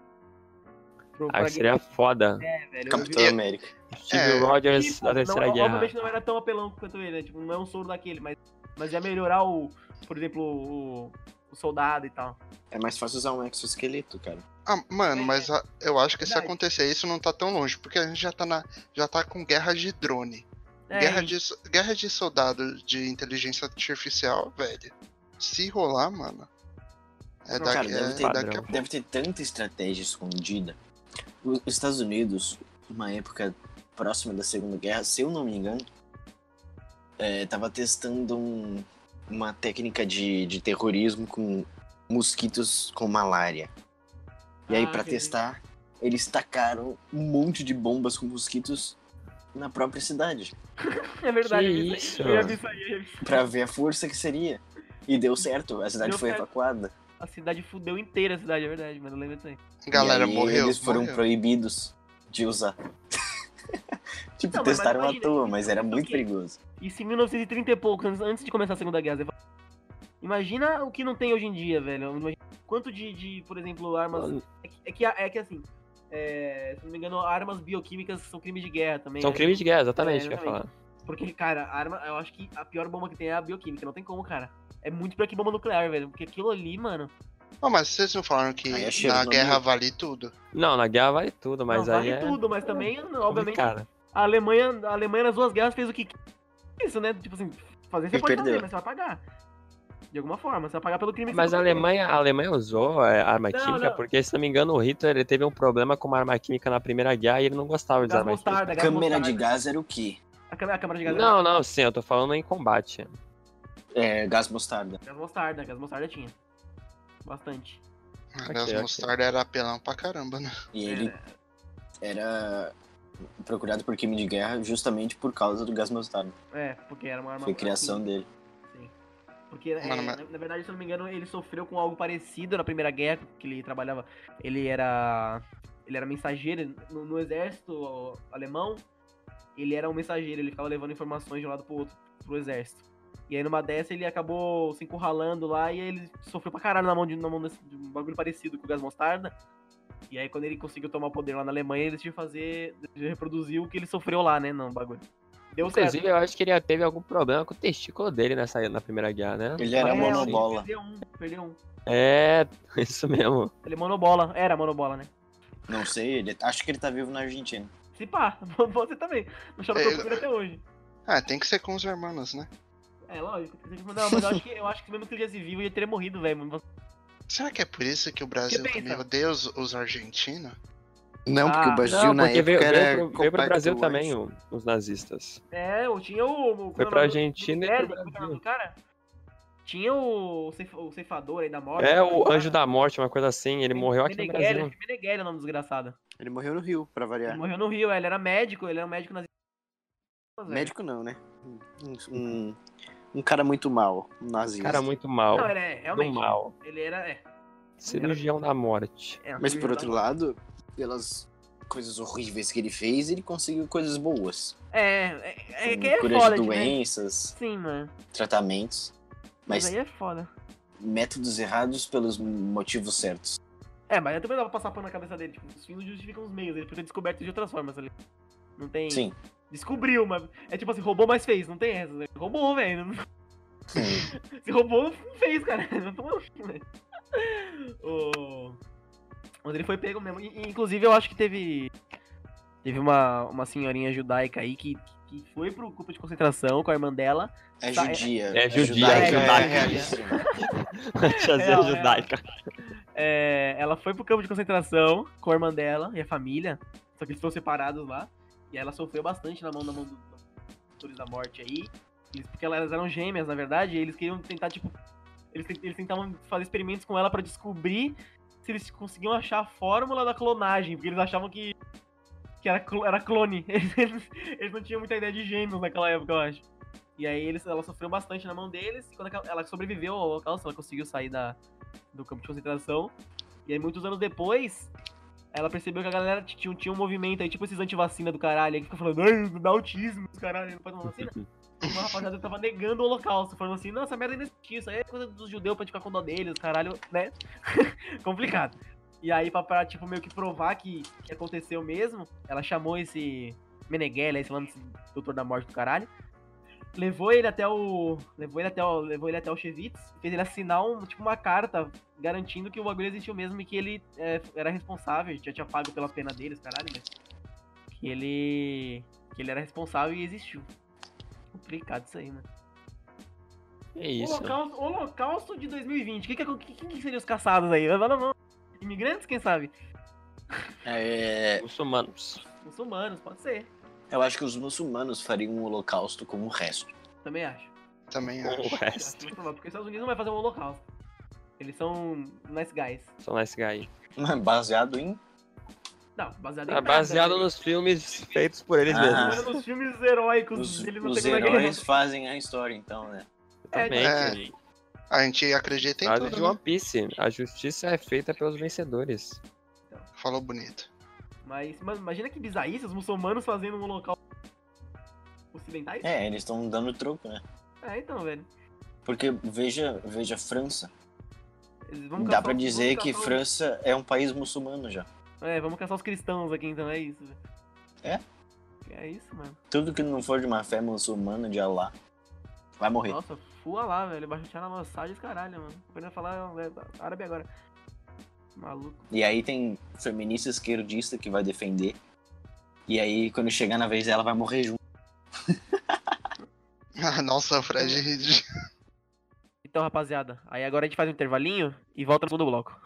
[SPEAKER 1] pro- pra
[SPEAKER 2] Aí seria foda.
[SPEAKER 4] É.
[SPEAKER 1] guerra, velho. Eu vi-
[SPEAKER 4] Capitão
[SPEAKER 3] Eu-
[SPEAKER 4] América.
[SPEAKER 2] Steve
[SPEAKER 3] É,
[SPEAKER 2] Rogers
[SPEAKER 1] Tipo,
[SPEAKER 2] da Terceira
[SPEAKER 1] não,
[SPEAKER 2] Guerra.
[SPEAKER 1] Obviamente não era tão apelão quanto ele, né? Tipo, não é um soro daquele, mas, mas ia melhorar o, por exemplo, o, o soldado e tal.
[SPEAKER 4] É mais fácil usar um exoesqueleto, cara.
[SPEAKER 3] Ah, mano,
[SPEAKER 1] É,
[SPEAKER 3] mas a- eu acho que se
[SPEAKER 1] verdade.
[SPEAKER 3] acontecer isso não tá tão longe, porque a gente já tá na já tá com guerra de drone.
[SPEAKER 1] É,
[SPEAKER 3] guerra,
[SPEAKER 1] e-
[SPEAKER 3] de, so- guerra de soldado de inteligência artificial, velho. Se rolar, mano. É,
[SPEAKER 1] Não,
[SPEAKER 3] daqui,
[SPEAKER 4] cara, deve
[SPEAKER 3] é
[SPEAKER 4] ter-
[SPEAKER 3] daqui a
[SPEAKER 2] padrão.
[SPEAKER 4] Deve ter tanta estratégia escondida. Os Estados Unidos, numa época próxima da Segunda Guerra, se eu não me engano, é, tava testando um- uma técnica de, de terrorismo com mosquitos com malária. E aí,
[SPEAKER 1] Ah,
[SPEAKER 4] pra
[SPEAKER 1] entendi.
[SPEAKER 4] testar, eles tacaram um monte de bombas com mosquitos na própria cidade,
[SPEAKER 1] É verdade.
[SPEAKER 2] Que
[SPEAKER 1] eu vi
[SPEAKER 2] isso,
[SPEAKER 1] aí, eu ia
[SPEAKER 2] mano.
[SPEAKER 1] ver isso aí. eu ia ver isso aí.
[SPEAKER 4] Pra ver a força que seria. E deu certo, a cidade
[SPEAKER 1] Deu
[SPEAKER 4] foi
[SPEAKER 1] certo.
[SPEAKER 4] evacuada.
[SPEAKER 1] A cidade fudeu inteira a cidade, é verdade, mas eu lembro disso aí.
[SPEAKER 3] pouco. Galera,
[SPEAKER 4] E aí
[SPEAKER 3] morreu.
[SPEAKER 4] Eles foram
[SPEAKER 3] morreu.
[SPEAKER 4] proibidos de usar. tipo,
[SPEAKER 1] Não, mas-
[SPEAKER 4] testaram
[SPEAKER 1] mas
[SPEAKER 4] à
[SPEAKER 1] imagina, tipo,
[SPEAKER 4] toa, mas era
[SPEAKER 1] isso
[SPEAKER 4] muito
[SPEAKER 1] que-
[SPEAKER 4] perigoso.
[SPEAKER 1] Isso em 1930 e poucos, antes- antes de começar a Segunda Guerra. você fala- Imagina o que não tem hoje em dia, velho. Imagina quanto de, de, por exemplo, armas.
[SPEAKER 2] Mano,
[SPEAKER 1] É que, é que, é que assim, é, se não me engano, armas bioquímicas são crimes de guerra também.
[SPEAKER 2] São
[SPEAKER 1] né?
[SPEAKER 2] crimes de guerra, exatamente,
[SPEAKER 1] É,
[SPEAKER 2] quer falar.
[SPEAKER 1] Porque, cara, a arma, eu acho que a pior bomba que tem é a bioquímica, não tem como, cara. É muito pior que bomba nuclear, velho. Porque aquilo ali, mano.
[SPEAKER 3] Não, mas vocês não falaram que
[SPEAKER 4] Aí é
[SPEAKER 3] na
[SPEAKER 4] Chernobyl.
[SPEAKER 3] guerra vale tudo?
[SPEAKER 2] Não, na guerra vale tudo, mas
[SPEAKER 1] não, vale
[SPEAKER 2] aí é.
[SPEAKER 1] tudo, mas também, obviamente,
[SPEAKER 2] complicado.
[SPEAKER 1] a Alemanha, a Alemanha nas duas guerras fez o que isso, né? Tipo assim, fazer você
[SPEAKER 4] E
[SPEAKER 1] pode fazer,
[SPEAKER 4] perdeu.
[SPEAKER 1] mas você vai pagar. De alguma forma, você vai pagar pelo crime que
[SPEAKER 2] Mas
[SPEAKER 1] você
[SPEAKER 2] a
[SPEAKER 1] cometeu.
[SPEAKER 2] Alemanha, a Alemanha usou é, arma
[SPEAKER 1] Não,
[SPEAKER 2] química,
[SPEAKER 1] não.
[SPEAKER 2] porque, se não me engano, o Hitler ele teve um problema com uma arma química na Primeira Guerra e ele não gostava de
[SPEAKER 1] Gás
[SPEAKER 2] usar arma química.
[SPEAKER 1] mostarda, gás
[SPEAKER 4] Câmera
[SPEAKER 1] mostarda.
[SPEAKER 4] de gás era o quê?
[SPEAKER 1] A câmera, a câmera de gás.
[SPEAKER 2] Não, não, sim, eu tô falando em combate.
[SPEAKER 4] É, gás mostarda.
[SPEAKER 1] Gás mostarda, gás mostarda tinha. Bastante.
[SPEAKER 3] A
[SPEAKER 2] Ok,
[SPEAKER 3] gás
[SPEAKER 2] ok.
[SPEAKER 3] mostarda era apelão pra caramba, né?
[SPEAKER 4] E ele
[SPEAKER 1] É.
[SPEAKER 4] era procurado por crime de guerra justamente por causa do gás mostarda.
[SPEAKER 1] É, porque era uma arma.
[SPEAKER 4] Foi criação dele.
[SPEAKER 1] Porque, é,
[SPEAKER 3] Mano,
[SPEAKER 1] na,
[SPEAKER 3] mas-
[SPEAKER 1] na verdade, se eu não me engano, ele sofreu com algo parecido na Primeira Guerra, que ele trabalhava. Ele era. Ele era mensageiro no, no exército alemão. Ele era um mensageiro, ele ficava levando informações de um lado pro outro, pro exército. E aí numa dessa ele acabou se encurralando lá e ele sofreu pra caralho na mão de, na mão desse- de um bagulho parecido com o gás mostarda. E aí quando ele conseguiu tomar o poder lá na Alemanha, ele decidiu fazer. decidiu reproduzir o que ele sofreu lá, né? No bagulho. Deu certo.
[SPEAKER 2] Inclusive, eu acho que ele teve algum problema com o testículo dele nessa, na Primeira Guerra, né?
[SPEAKER 4] Ele era
[SPEAKER 1] É,
[SPEAKER 4] monobola.
[SPEAKER 1] Perdeu um, perdeu um.
[SPEAKER 2] É, isso mesmo.
[SPEAKER 1] Ele é monobola, era monobola, né?
[SPEAKER 4] Não sei, ele- acho que ele tá vivo na Argentina.
[SPEAKER 1] Se pá, você também. Não chama
[SPEAKER 3] É,
[SPEAKER 1] teu filho até hoje.
[SPEAKER 3] Ah, tem que ser com os hermanos, né?
[SPEAKER 1] É, lógico. Não, mas eu acho que, eu acho que mesmo que ele tivesse vivo, ele teria morrido, velho. Mas-
[SPEAKER 3] Será que é por isso que o Brasil
[SPEAKER 1] Que
[SPEAKER 3] também
[SPEAKER 1] pensa?
[SPEAKER 3] odeia os, os argentinos?
[SPEAKER 5] Não, porque
[SPEAKER 1] Ah,
[SPEAKER 5] o Brasil
[SPEAKER 2] Não,
[SPEAKER 5] na
[SPEAKER 2] porque
[SPEAKER 5] época
[SPEAKER 2] veio,
[SPEAKER 5] era
[SPEAKER 2] veio, pro, veio pro
[SPEAKER 5] compacto
[SPEAKER 2] Brasil
[SPEAKER 5] antes.
[SPEAKER 2] também o- os nazistas.
[SPEAKER 1] É, eu tinha o. o
[SPEAKER 2] Foi pra Argentina e pro
[SPEAKER 1] Guterres, como é o nome do cara? Tinha o, ceif- o ceifador aí da morte.
[SPEAKER 2] É o Anjo da Morte, uma coisa assim, ele morreu aqui no
[SPEAKER 1] Meneghelli,
[SPEAKER 2] Brasil.
[SPEAKER 1] acho que Meneghelli é o nome do desgraçado.
[SPEAKER 5] Ele morreu no Rio, pra
[SPEAKER 1] Ele
[SPEAKER 5] variar.
[SPEAKER 1] morreu no Rio, é, ele era médico, ele era um médico nazista. velho.
[SPEAKER 5] Médico não, né? Um, um- um cara muito mal, um nazista.
[SPEAKER 2] Cara muito mal.
[SPEAKER 1] Não, ele é,
[SPEAKER 2] Do
[SPEAKER 1] realmente.
[SPEAKER 2] mal.
[SPEAKER 1] Ele era. É,
[SPEAKER 2] Cirurgião da morte.
[SPEAKER 1] é,
[SPEAKER 5] Mas por
[SPEAKER 1] ele
[SPEAKER 5] outro
[SPEAKER 1] era-
[SPEAKER 5] lado, pelas coisas horríveis que ele fez, ele conseguiu coisas boas.
[SPEAKER 1] É, é, é que é
[SPEAKER 4] curas
[SPEAKER 1] foda,
[SPEAKER 4] de
[SPEAKER 1] tipo,
[SPEAKER 4] doenças,
[SPEAKER 1] Sim, mano.
[SPEAKER 4] tratamentos,
[SPEAKER 1] Mas
[SPEAKER 4] mas
[SPEAKER 1] aí é foda.
[SPEAKER 4] métodos errados pelos motivos certos.
[SPEAKER 1] É, mas eu também dava pra passar pano na cabeça dele. Tipo, os fins justificam os meios. Ele podia ter descoberto de outras formas ali. Não tem.
[SPEAKER 4] Sim.
[SPEAKER 1] Descobriu, mas. É tipo assim, roubou, mas fez. Não tem essa. né? Roubou, velho.
[SPEAKER 4] Sim.
[SPEAKER 1] Se roubou, não fez, cara. Não tomou, um velho. O- Mas ele foi pego mesmo. E, e, inclusive, eu acho que teve. Teve uma, uma senhorinha judaica aí que, que foi pro campo de concentração com a irmã dela.
[SPEAKER 4] É
[SPEAKER 1] Tá, é-
[SPEAKER 4] judia.
[SPEAKER 2] é judia,
[SPEAKER 1] é judaica.
[SPEAKER 4] realíssima.
[SPEAKER 2] Tiazinha
[SPEAKER 1] Real, real.
[SPEAKER 2] judaica.
[SPEAKER 1] É, ela foi pro campo de concentração com a irmã dela e a família. Só que eles foram separados lá. E ela sofreu bastante na mão, na mão do- dos autores da morte aí. Eles- porque elas eram gêmeas, na verdade. E eles queriam tentar, tipo. Eles, ten- eles tentavam fazer experimentos com ela pra descobrir se eles conseguiam achar a fórmula da clonagem. Porque eles achavam que. Que era, clo- era clone. Eles, eles- eles não tinham muita ideia de gêmeos naquela época, eu acho. E aí eles, ela sofreu bastante na mão deles. E quando aquela- ela sobreviveu ao holocausto, ela conseguiu sair da, do campo de concentração. E aí, muitos anos depois, ela percebeu que a galera t- tinha, tinha um movimento aí, tipo esses antivacina do caralho, aí que fica falando, ai, dá autismo, os caralho, não pode tomar vacina. E Uma rapaziada tava negando o holocausto, falando assim, não, essa merda ainda existia, isso aí é coisa dos judeus pra gente ficar com dó deles, os caralho, né? Complicado. E aí, pra, pra, tipo, meio que provar que, que aconteceu mesmo, ela chamou esse Meneghelli, esse mano, esse doutor da morte do caralho, levou ele até o... levou ele até o... levou ele até o Chevitz, fez ele assinar, um, tipo, uma carta garantindo que o bagulho existiu mesmo e que ele é, era responsável, já tinha pago né? pela pena deles, caralho, mas que ele que ele era responsável e existiu. complicado isso aí, mano.
[SPEAKER 2] É isso.
[SPEAKER 1] Holocausto, Holocausto de 2020. Quem que, é que, que, que seriam os caçados aí? Vai na mão. Imigrantes, quem sabe?
[SPEAKER 4] É,
[SPEAKER 2] Muçulmanos.
[SPEAKER 1] Muçulmanos, pode ser.
[SPEAKER 4] eu acho que os muçulmanos fariam um holocausto como o resto.
[SPEAKER 1] Também acho.
[SPEAKER 3] Também
[SPEAKER 2] O
[SPEAKER 3] acho.
[SPEAKER 2] resto.
[SPEAKER 1] Acho muito provável, Porque os Estados Unidos não vai fazer um holocausto. Eles são nice guys.
[SPEAKER 2] São nice guy.
[SPEAKER 4] Baseado em.
[SPEAKER 1] Não, baseado em
[SPEAKER 2] É baseado
[SPEAKER 1] nada, né?
[SPEAKER 2] nos filmes feitos por eles
[SPEAKER 4] Ah.
[SPEAKER 2] mesmos.
[SPEAKER 1] nos filmes heróicos
[SPEAKER 4] Os,
[SPEAKER 1] deles na
[SPEAKER 4] os
[SPEAKER 1] Segunda Guerra.
[SPEAKER 4] heróis fazem a história, então, né?
[SPEAKER 2] Também.
[SPEAKER 3] É,
[SPEAKER 2] cara.
[SPEAKER 3] A gente acredita em
[SPEAKER 2] Nada de
[SPEAKER 3] tudo.
[SPEAKER 2] One
[SPEAKER 3] Né?
[SPEAKER 2] Piece. A justiça é feita pelos vencedores.
[SPEAKER 3] Falou bonito.
[SPEAKER 1] Mas, mano, imagina que bizarrice os muçulmanos fazendo um holocausto ocidentais?
[SPEAKER 4] É, eles estão dando troco, né?
[SPEAKER 1] É, então, velho.
[SPEAKER 4] Porque veja, veja a França.
[SPEAKER 1] Eles vão
[SPEAKER 4] Dá
[SPEAKER 1] caçar
[SPEAKER 4] pra
[SPEAKER 1] os-
[SPEAKER 4] dizer
[SPEAKER 1] vamos
[SPEAKER 4] que
[SPEAKER 1] caçar
[SPEAKER 4] França é um país muçulmano já.
[SPEAKER 1] os- É, vamos caçar os cristãos aqui, então, é isso. velho.
[SPEAKER 4] É?
[SPEAKER 1] É isso, mano.
[SPEAKER 4] Tudo que não for de uma fé muçulmana de Allah vai morrer.
[SPEAKER 1] Nossa, fua lá, velho. Baixar na massagem, caralho, mano. Quando eu falar é, árabe agora. Maluco.
[SPEAKER 4] E aí tem feminista esquerdista que vai defender. E aí, quando chegar na vez dela, vai morrer junto.
[SPEAKER 3] Nossa, Fred.
[SPEAKER 1] Então, rapaziada, aí agora a gente faz um intervalinho e volta no segundo bloco.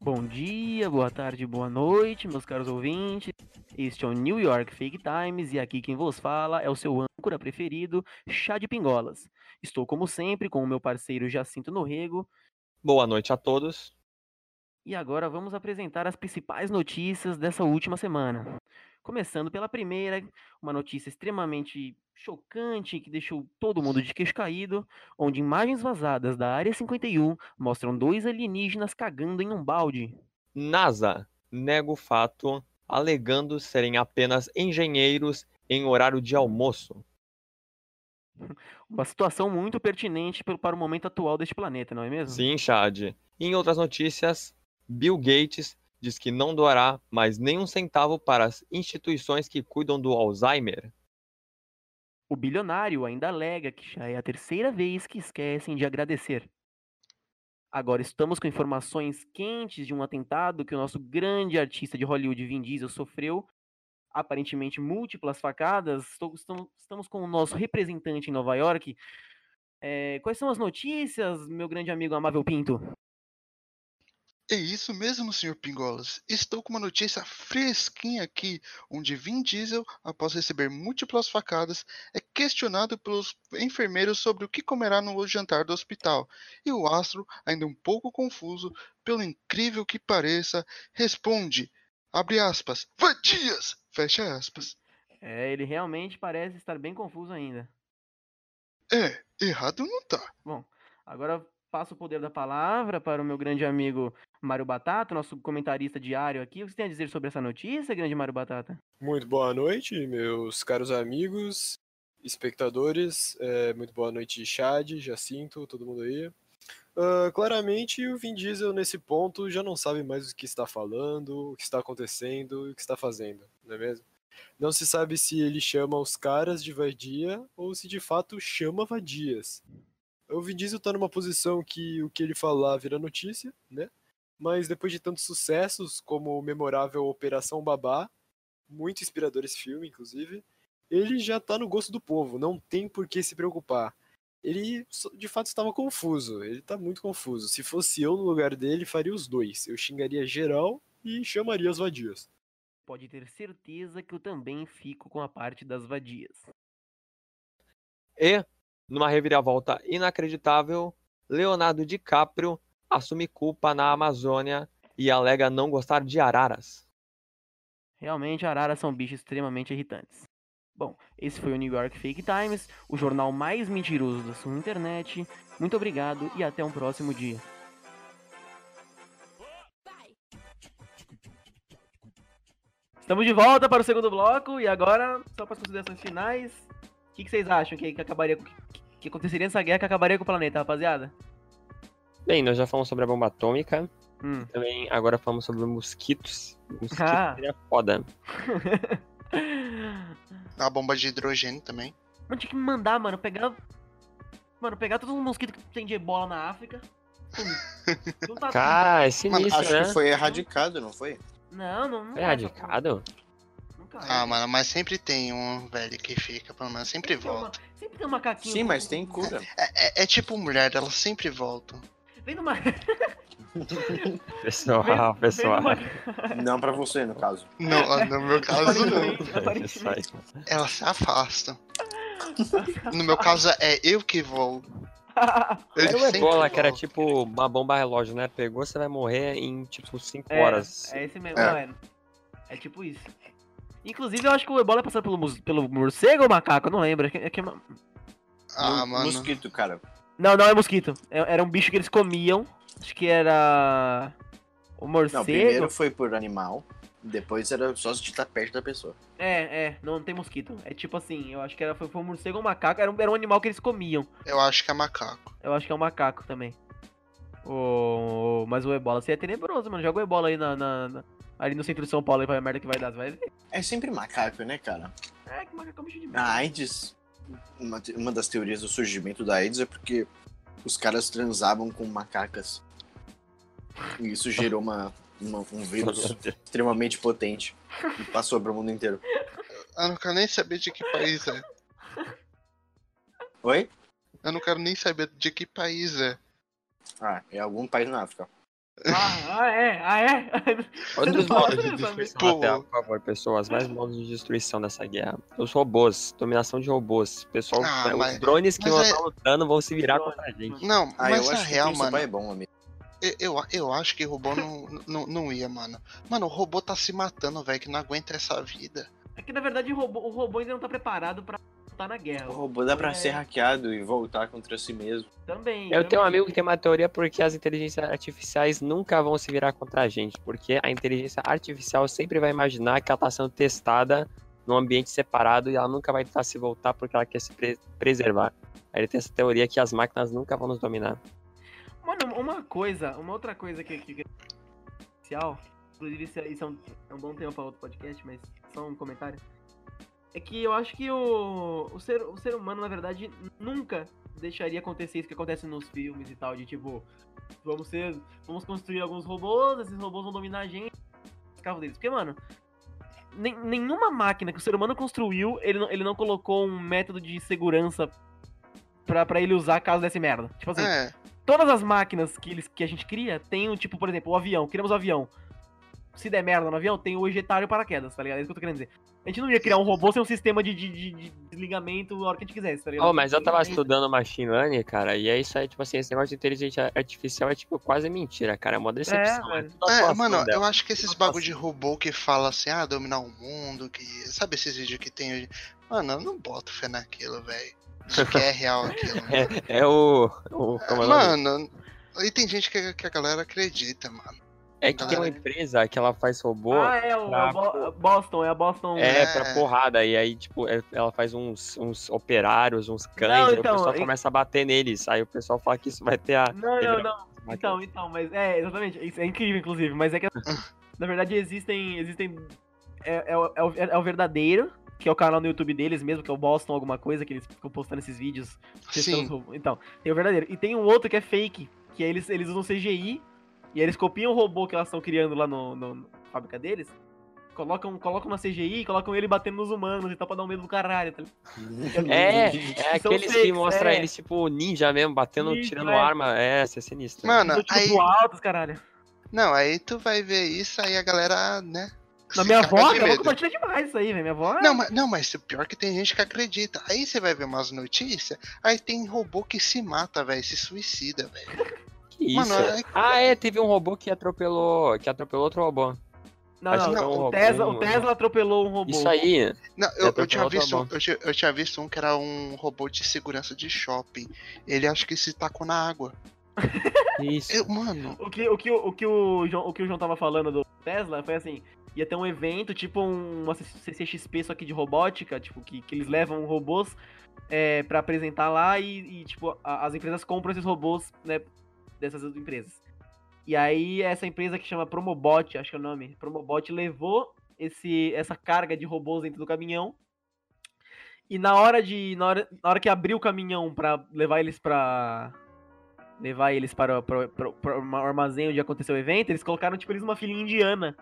[SPEAKER 1] Bom dia, boa tarde, boa noite, meus caros ouvintes. Este é o New York Fake Times e aqui quem vos fala é o seu âncora preferido, Chá de Pingolas. Estou, como sempre, com o meu parceiro Jacinto Norrego
[SPEAKER 2] Boa noite a todos.
[SPEAKER 1] e agora vamos apresentar as principais notícias dessa última semana. Começando pela primeira, uma notícia extremamente chocante que deixou todo mundo de queixo caído, onde imagens vazadas da Área 51 mostram dois alienígenas cagando em um balde.
[SPEAKER 2] NASA nega o fato, alegando serem apenas engenheiros em horário de almoço.
[SPEAKER 1] Uma situação muito pertinente pelo- para o momento atual deste planeta, não é mesmo?
[SPEAKER 2] Sim, Chad. Em outras notícias, Bill Gates diz que não doará mais nenhum centavo para as instituições que cuidam do Alzheimer.
[SPEAKER 1] O bilionário ainda alega que já é a terceira vez que esquecem de agradecer. Agora estamos com informações quentes de um atentado que o nosso grande artista de Hollywood, Vin Diesel, sofreu. Aparentemente múltiplas facadas. Estou- estam- Estamos com o nosso representante em Nova York. Eh, quais são as notícias, meu grande amigo Amável Pinto?
[SPEAKER 3] É isso mesmo, senhor Pingolas. Estou com uma notícia fresquinha aqui, onde Vin Diesel, após receber múltiplas facadas, é questionado pelos enfermeiros sobre o que comerá no jantar do hospital. E o astro, ainda um pouco confuso, pelo incrível que pareça, responde: abre aspas, vadias! Fecha aspas.
[SPEAKER 1] É, ele realmente parece estar bem confuso ainda.
[SPEAKER 3] É, errado não tá.
[SPEAKER 1] Agora passo o poder da palavra para o meu grande amigo Mário Batata, nosso comentarista diário aqui. O que você tem a dizer sobre essa notícia, grande Mário Batata?
[SPEAKER 6] Muito boa noite, meus caros amigos, espectadores. É, muito boa noite, Chad, Jacinto, todo mundo aí. Ah, claramente, o Vin Diesel, nesse ponto, já não sabe mais o que está falando, o que está acontecendo e o que está fazendo, não é mesmo? Não se sabe se ele chama os caras de vadia ou se de fato chama vadias. O Vin Diesel está numa posição que o que ele falar vira notícia, né? Mas depois de tantos sucessos como o memorável Operação Babá, muito inspirador esse filme, inclusive. Ele já tá no gosto do povo, não tem por que se preocupar. Ele so- de fato estava confuso, ele tá muito confuso. Se fosse eu no lugar dele, faria os dois. Eu xingaria geral e chamaria os vadios.
[SPEAKER 1] Pode ter certeza que eu também fico com a parte das vadias.
[SPEAKER 2] E, numa reviravolta inacreditável, Leonardo DiCaprio assume culpa na Amazônia e alega não gostar de araras.
[SPEAKER 1] Realmente, araras são bichos extremamente irritantes. Bom, esse foi o New York Fake Times, o jornal mais mentiroso da sua internet. Muito obrigado e até um próximo dia. Estamos de volta para o segundo bloco e agora, só para as considerações finais, o que, que vocês acham que, que acabaria com- que, que aconteceria nessa guerra que acabaria com o planeta, rapaziada?
[SPEAKER 2] Bem, nós já falamos sobre a bomba atômica,
[SPEAKER 1] Hum.
[SPEAKER 2] também agora falamos sobre mosquitos. Mosquito
[SPEAKER 1] Ah.
[SPEAKER 2] seria foda.
[SPEAKER 3] A bomba de hidrogênio também.
[SPEAKER 1] Mano, tinha que mandar, mano, pegar Mano, pegar todos os mosquitos que tem de ebola na África. pum, juntar
[SPEAKER 2] Cara, é
[SPEAKER 4] Mano,
[SPEAKER 2] sinistro,
[SPEAKER 4] acho que
[SPEAKER 2] né?
[SPEAKER 4] foi erradicado, não foi?
[SPEAKER 1] tudo. Não, não. não
[SPEAKER 2] É radicado?
[SPEAKER 1] Nunca
[SPEAKER 3] Ah, mano, mas sempre tem um velho que fica, pelo menos, sempre volta.
[SPEAKER 1] Sempre tem um macaquinho.
[SPEAKER 4] Sim, mas tem cura.
[SPEAKER 3] É, é- é tipo mulher, elas sempre voltam.
[SPEAKER 1] Vem numa.
[SPEAKER 2] Pessoal, pessoal.
[SPEAKER 4] Não pra você, no caso.
[SPEAKER 3] Não, no meu caso não.
[SPEAKER 1] Aparentemente, aparentemente.
[SPEAKER 3] Elas se afastam. No meu caso é eu que vou. Eu
[SPEAKER 4] é
[SPEAKER 2] Era o
[SPEAKER 3] sempre
[SPEAKER 2] Ebola, que era
[SPEAKER 3] volto.
[SPEAKER 2] tipo uma bomba relógio, né? Pegou, você vai morrer em tipo 5
[SPEAKER 1] É,
[SPEAKER 2] horas.
[SPEAKER 1] É esse mesmo,
[SPEAKER 3] É.
[SPEAKER 1] mano. É tipo isso. Inclusive, eu acho que o ebola é passado pelo, mus- pelo morcego ou macaco, eu não lembro. É que- é que é uma-
[SPEAKER 3] Ah,
[SPEAKER 4] Mu-
[SPEAKER 3] mano.
[SPEAKER 4] Mosquito, cara.
[SPEAKER 1] Não, não é mosquito. É- Era um bicho que eles comiam. Acho que era. O
[SPEAKER 4] Não,
[SPEAKER 1] morcego.
[SPEAKER 4] primeiro foi por animal, depois era só se estar perto da pessoa.
[SPEAKER 1] É, é, não, não tem mosquito. É tipo assim, eu acho que era, foi, foi um morcego ou um macaco. Era um, era um animal que eles comiam.
[SPEAKER 3] Eu acho que é macaco.
[SPEAKER 1] Eu acho que é um macaco também. O, o- mas o ebola, você é tenebroso, mano. Joga o ebola aí na, na- na- ali no centro de São Paulo aí pra ver a merda que vai dar. Você vai ver.
[SPEAKER 4] É sempre macaco, né, cara?
[SPEAKER 1] É, que macaco é um bicho de merda.
[SPEAKER 4] A AIDS, uma, te- uma das teorias do surgimento da AIDS é porque os caras transavam com macacas. E isso gerou uma, uma- um vírus extremamente potente. E passou pro mundo inteiro.
[SPEAKER 3] Eu não quero nem saber de que país é.
[SPEAKER 4] Oi?
[SPEAKER 3] Eu não quero nem saber de que país é.
[SPEAKER 4] Ah, é algum país na África.
[SPEAKER 1] Ah, ah, é, ah, é.
[SPEAKER 2] Olha
[SPEAKER 1] Você
[SPEAKER 2] os
[SPEAKER 1] não
[SPEAKER 2] modos
[SPEAKER 1] pode
[SPEAKER 2] de
[SPEAKER 1] pensar
[SPEAKER 2] destruição
[SPEAKER 3] nisso.
[SPEAKER 2] da Terra, por favor, pessoas. Mais modos de destruição dessa guerra. Os robôs, dominação de robôs. Pessoal,
[SPEAKER 3] Ah,
[SPEAKER 2] os
[SPEAKER 3] mas-
[SPEAKER 2] drones que
[SPEAKER 3] mas
[SPEAKER 2] vão
[SPEAKER 3] é-
[SPEAKER 2] estar lutando vão se virar contra a gente.
[SPEAKER 3] Não,
[SPEAKER 4] Ah,
[SPEAKER 3] mas
[SPEAKER 4] eu
[SPEAKER 3] na
[SPEAKER 4] acho
[SPEAKER 3] real,
[SPEAKER 4] que o
[SPEAKER 3] mano,
[SPEAKER 4] pai é bom, amigo.
[SPEAKER 3] eu, eu, eu acho que robô não, não, não ia, mano. Mano, o robô tá se matando, velho, que não aguenta essa vida.
[SPEAKER 1] É que na verdade o robô, o robô ainda não tá preparado pra lutar na guerra.
[SPEAKER 4] O robô dá pra
[SPEAKER 1] É.
[SPEAKER 4] ser hackeado e voltar contra si mesmo.
[SPEAKER 1] Também.
[SPEAKER 2] Eu
[SPEAKER 1] também.
[SPEAKER 2] tenho um amigo que tem uma teoria porque as inteligências artificiais nunca vão se virar contra a gente, porque a inteligência artificial sempre vai imaginar que ela está sendo testada num ambiente separado e ela nunca vai tentar se voltar porque ela quer se pre- preservar. Aí ele tem essa teoria que as máquinas nunca vão nos dominar.
[SPEAKER 1] Mano, uma coisa, uma outra coisa que, que, que é especial, inclusive isso, é- isso é, um, é um bom tema pra outro podcast, mas só um comentário. É que eu acho que o, o, ser, o ser humano, na verdade, nunca deixaria acontecer isso que acontece nos filmes e tal, de tipo, vamos ser. Vamos construir alguns robôs, esses robôs vão dominar a gente, os carros deles. Porque, mano, nem- nenhuma máquina que o ser humano construiu, ele não, ele não colocou um método de segurança pra, pra ele usar caso desse merda. Tipo assim
[SPEAKER 3] É,
[SPEAKER 1] todas as máquinas que, eles, que a gente cria tem o tipo, por exemplo, o avião. Criamos o avião. Se der merda no avião, tem o ejetário e o paraquedas, tá ligado? É isso que eu tô querendo dizer. A gente não ia criar um robô sem um sistema de, de, de- de desligamento a hora que a gente quisesse, tá ligado?
[SPEAKER 2] Oh, mas eu tava estudando machine learning, cara, e é isso aí, tipo assim, esse negócio de inteligência artificial é tipo quase mentira, cara, é uma decepção.
[SPEAKER 1] velho.
[SPEAKER 2] tudo
[SPEAKER 3] é
[SPEAKER 2] atuação
[SPEAKER 3] mano,
[SPEAKER 2] tá dela.
[SPEAKER 3] eu acho que esses
[SPEAKER 2] Atuação.
[SPEAKER 3] bagulho de robô que fala assim, ah, dominar o mundo, que. Sabe esses vídeos que tem hoje? Mano, eu não boto fé naquilo, velho. Isso que é real aquilo. mano.
[SPEAKER 2] É, é o... o como é o nome?
[SPEAKER 3] Mano, e tem gente que, que a galera acredita, mano.
[SPEAKER 2] é que tem uma empresa que ela faz robô...
[SPEAKER 1] Ah, é, o, é o Bo- a Boston, é a Boston.
[SPEAKER 2] É,
[SPEAKER 3] É.
[SPEAKER 1] né?
[SPEAKER 2] pra porrada. E aí, tipo, é- ela faz uns, uns operários, uns cães,
[SPEAKER 1] Não,
[SPEAKER 2] aí
[SPEAKER 1] então,
[SPEAKER 2] o pessoal
[SPEAKER 1] e-
[SPEAKER 2] começa a bater neles. Aí o pessoal fala que isso vai ter a.
[SPEAKER 1] Não, não, não.
[SPEAKER 2] a-
[SPEAKER 1] Então, então, mas é, exatamente. Isso é incrível, inclusive. Mas é que, na verdade, existem. existem é, é o- é o, é o verdadeiro, que é o canal no YouTube deles mesmo, que é o Boston, alguma coisa, que eles ficam postando esses vídeos Questão
[SPEAKER 3] Sim.
[SPEAKER 1] do- Então, tem o verdadeiro. E tem um outro que é fake, que eles, eles usam CGI, e aí eles copiam o robô que elas estão criando lá no, no- na fábrica deles, colocam, colocam na CGI, colocam ele batendo nos humanos e tal, pra dar um medo do caralho. Tá ligado? Tipo,
[SPEAKER 2] É,
[SPEAKER 1] São
[SPEAKER 2] é aqueles
[SPEAKER 1] fakes,
[SPEAKER 2] que mostram
[SPEAKER 1] é.
[SPEAKER 2] eles, tipo, ninja mesmo, batendo,
[SPEAKER 1] Isso,
[SPEAKER 2] tirando
[SPEAKER 1] é.
[SPEAKER 2] arma. É, isso é sinistro.
[SPEAKER 3] Mano,
[SPEAKER 1] Tudo,
[SPEAKER 3] aí.
[SPEAKER 1] tipo, altos, caralho.
[SPEAKER 3] Não, aí tu vai ver isso, aí a galera, né?
[SPEAKER 1] Na
[SPEAKER 3] se
[SPEAKER 1] minha
[SPEAKER 3] caga
[SPEAKER 1] avó,
[SPEAKER 3] de
[SPEAKER 1] minha avó
[SPEAKER 3] medo.
[SPEAKER 1] compartilha demais isso aí, velho. Minha avó.
[SPEAKER 3] Não, mas, não, mas o pior é que tem gente que acredita. Aí você vai ver umas notícias, aí tem robô que se mata, velho, se suicida, velho.
[SPEAKER 2] Que isso?
[SPEAKER 3] Mano, é-
[SPEAKER 2] Ah, é, teve um robô que atropelou, que atropelou outro robô.
[SPEAKER 1] não,
[SPEAKER 2] mas
[SPEAKER 3] assim,
[SPEAKER 1] não,
[SPEAKER 2] não,
[SPEAKER 1] o,
[SPEAKER 2] robô,
[SPEAKER 1] Tesla, o
[SPEAKER 2] Então, mano.
[SPEAKER 1] Tesla atropelou um robô.
[SPEAKER 2] Isso aí.
[SPEAKER 3] Não, eu, eu,
[SPEAKER 2] É pra
[SPEAKER 3] tinha
[SPEAKER 2] outra
[SPEAKER 3] visto,
[SPEAKER 2] mão.
[SPEAKER 3] um- eu, tinha, eu tinha visto um que era um robô de segurança de shopping. Ele acho que se tacou na água.
[SPEAKER 2] Isso.
[SPEAKER 3] Eu, mano,
[SPEAKER 1] O que o, que, o, que o, João, o que o João tava falando do Tesla foi assim: ia ter um evento, tipo um- uma CCXP, só que de robótica, tipo, que, que eles levam robôs é, para apresentar lá e, e, tipo, a- as empresas compram esses robôs, né, dessas outras empresas. E aí, essa empresa que chama Promobot, acho que é o nome, Promobot levou esse, essa carga de robôs dentro do caminhão E na hora de. Na hora, na hora que abriu o caminhão pra levar eles pra. Levar eles para, para, para, para o armazém onde aconteceu o evento, eles colocaram, tipo, eles numa filhinha indiana.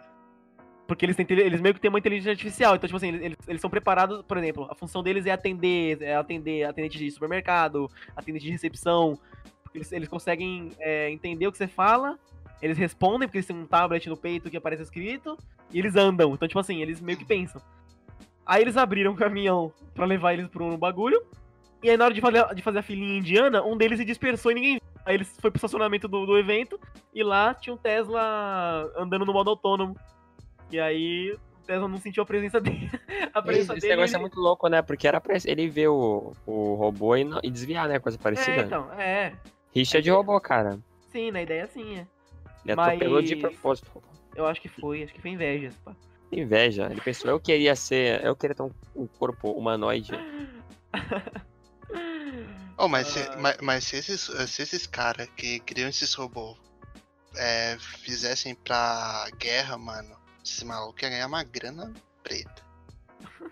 [SPEAKER 1] Porque eles, têm, inte- eles meio que têm uma inteligência artificial. Então, tipo assim, eles, eles são preparados, por exemplo, a função deles é atender, é atender atendente de supermercado, atendente de recepção. Porque eles, eles conseguem é, entender o que você fala, eles respondem, porque eles têm um tablet no peito que aparece escrito, e eles andam. Então, tipo assim, eles meio que pensam. Aí eles abriram o caminhão pra levar eles pra um bagulho. E aí, na hora de fazer, de fazer a filhinha indiana, um deles se dispersou e ninguém viu. Aí eles foi pro estacionamento do, do evento, e lá tinha um Tesla andando no modo autônomo. E aí o Tesla não sentiu a presença dele. A presença
[SPEAKER 2] Esse, esse
[SPEAKER 1] dele.
[SPEAKER 2] negócio é
[SPEAKER 1] ele-
[SPEAKER 2] muito louco, né? Porque era pra ele ver o, o robô e, não- e desviar, né? Coisa
[SPEAKER 1] é,
[SPEAKER 2] parecida.
[SPEAKER 1] então, é.
[SPEAKER 2] Rixa de robô, cara.
[SPEAKER 1] Sim, na ideia sim, é.
[SPEAKER 2] Ele
[SPEAKER 1] Mas-
[SPEAKER 2] atropelou de propósito. o robô.
[SPEAKER 1] Eu acho que foi, acho que foi inveja. pá.
[SPEAKER 2] Inveja. Ele pensou, eu queria ser. Eu queria ter um, um corpo humanoide.
[SPEAKER 3] Oh, mas, se,
[SPEAKER 1] Ah.
[SPEAKER 3] mas, mas se esses, se esses caras que criam esses robôs é, fizessem pra guerra, mano, esse maluco ia ganhar uma grana preta.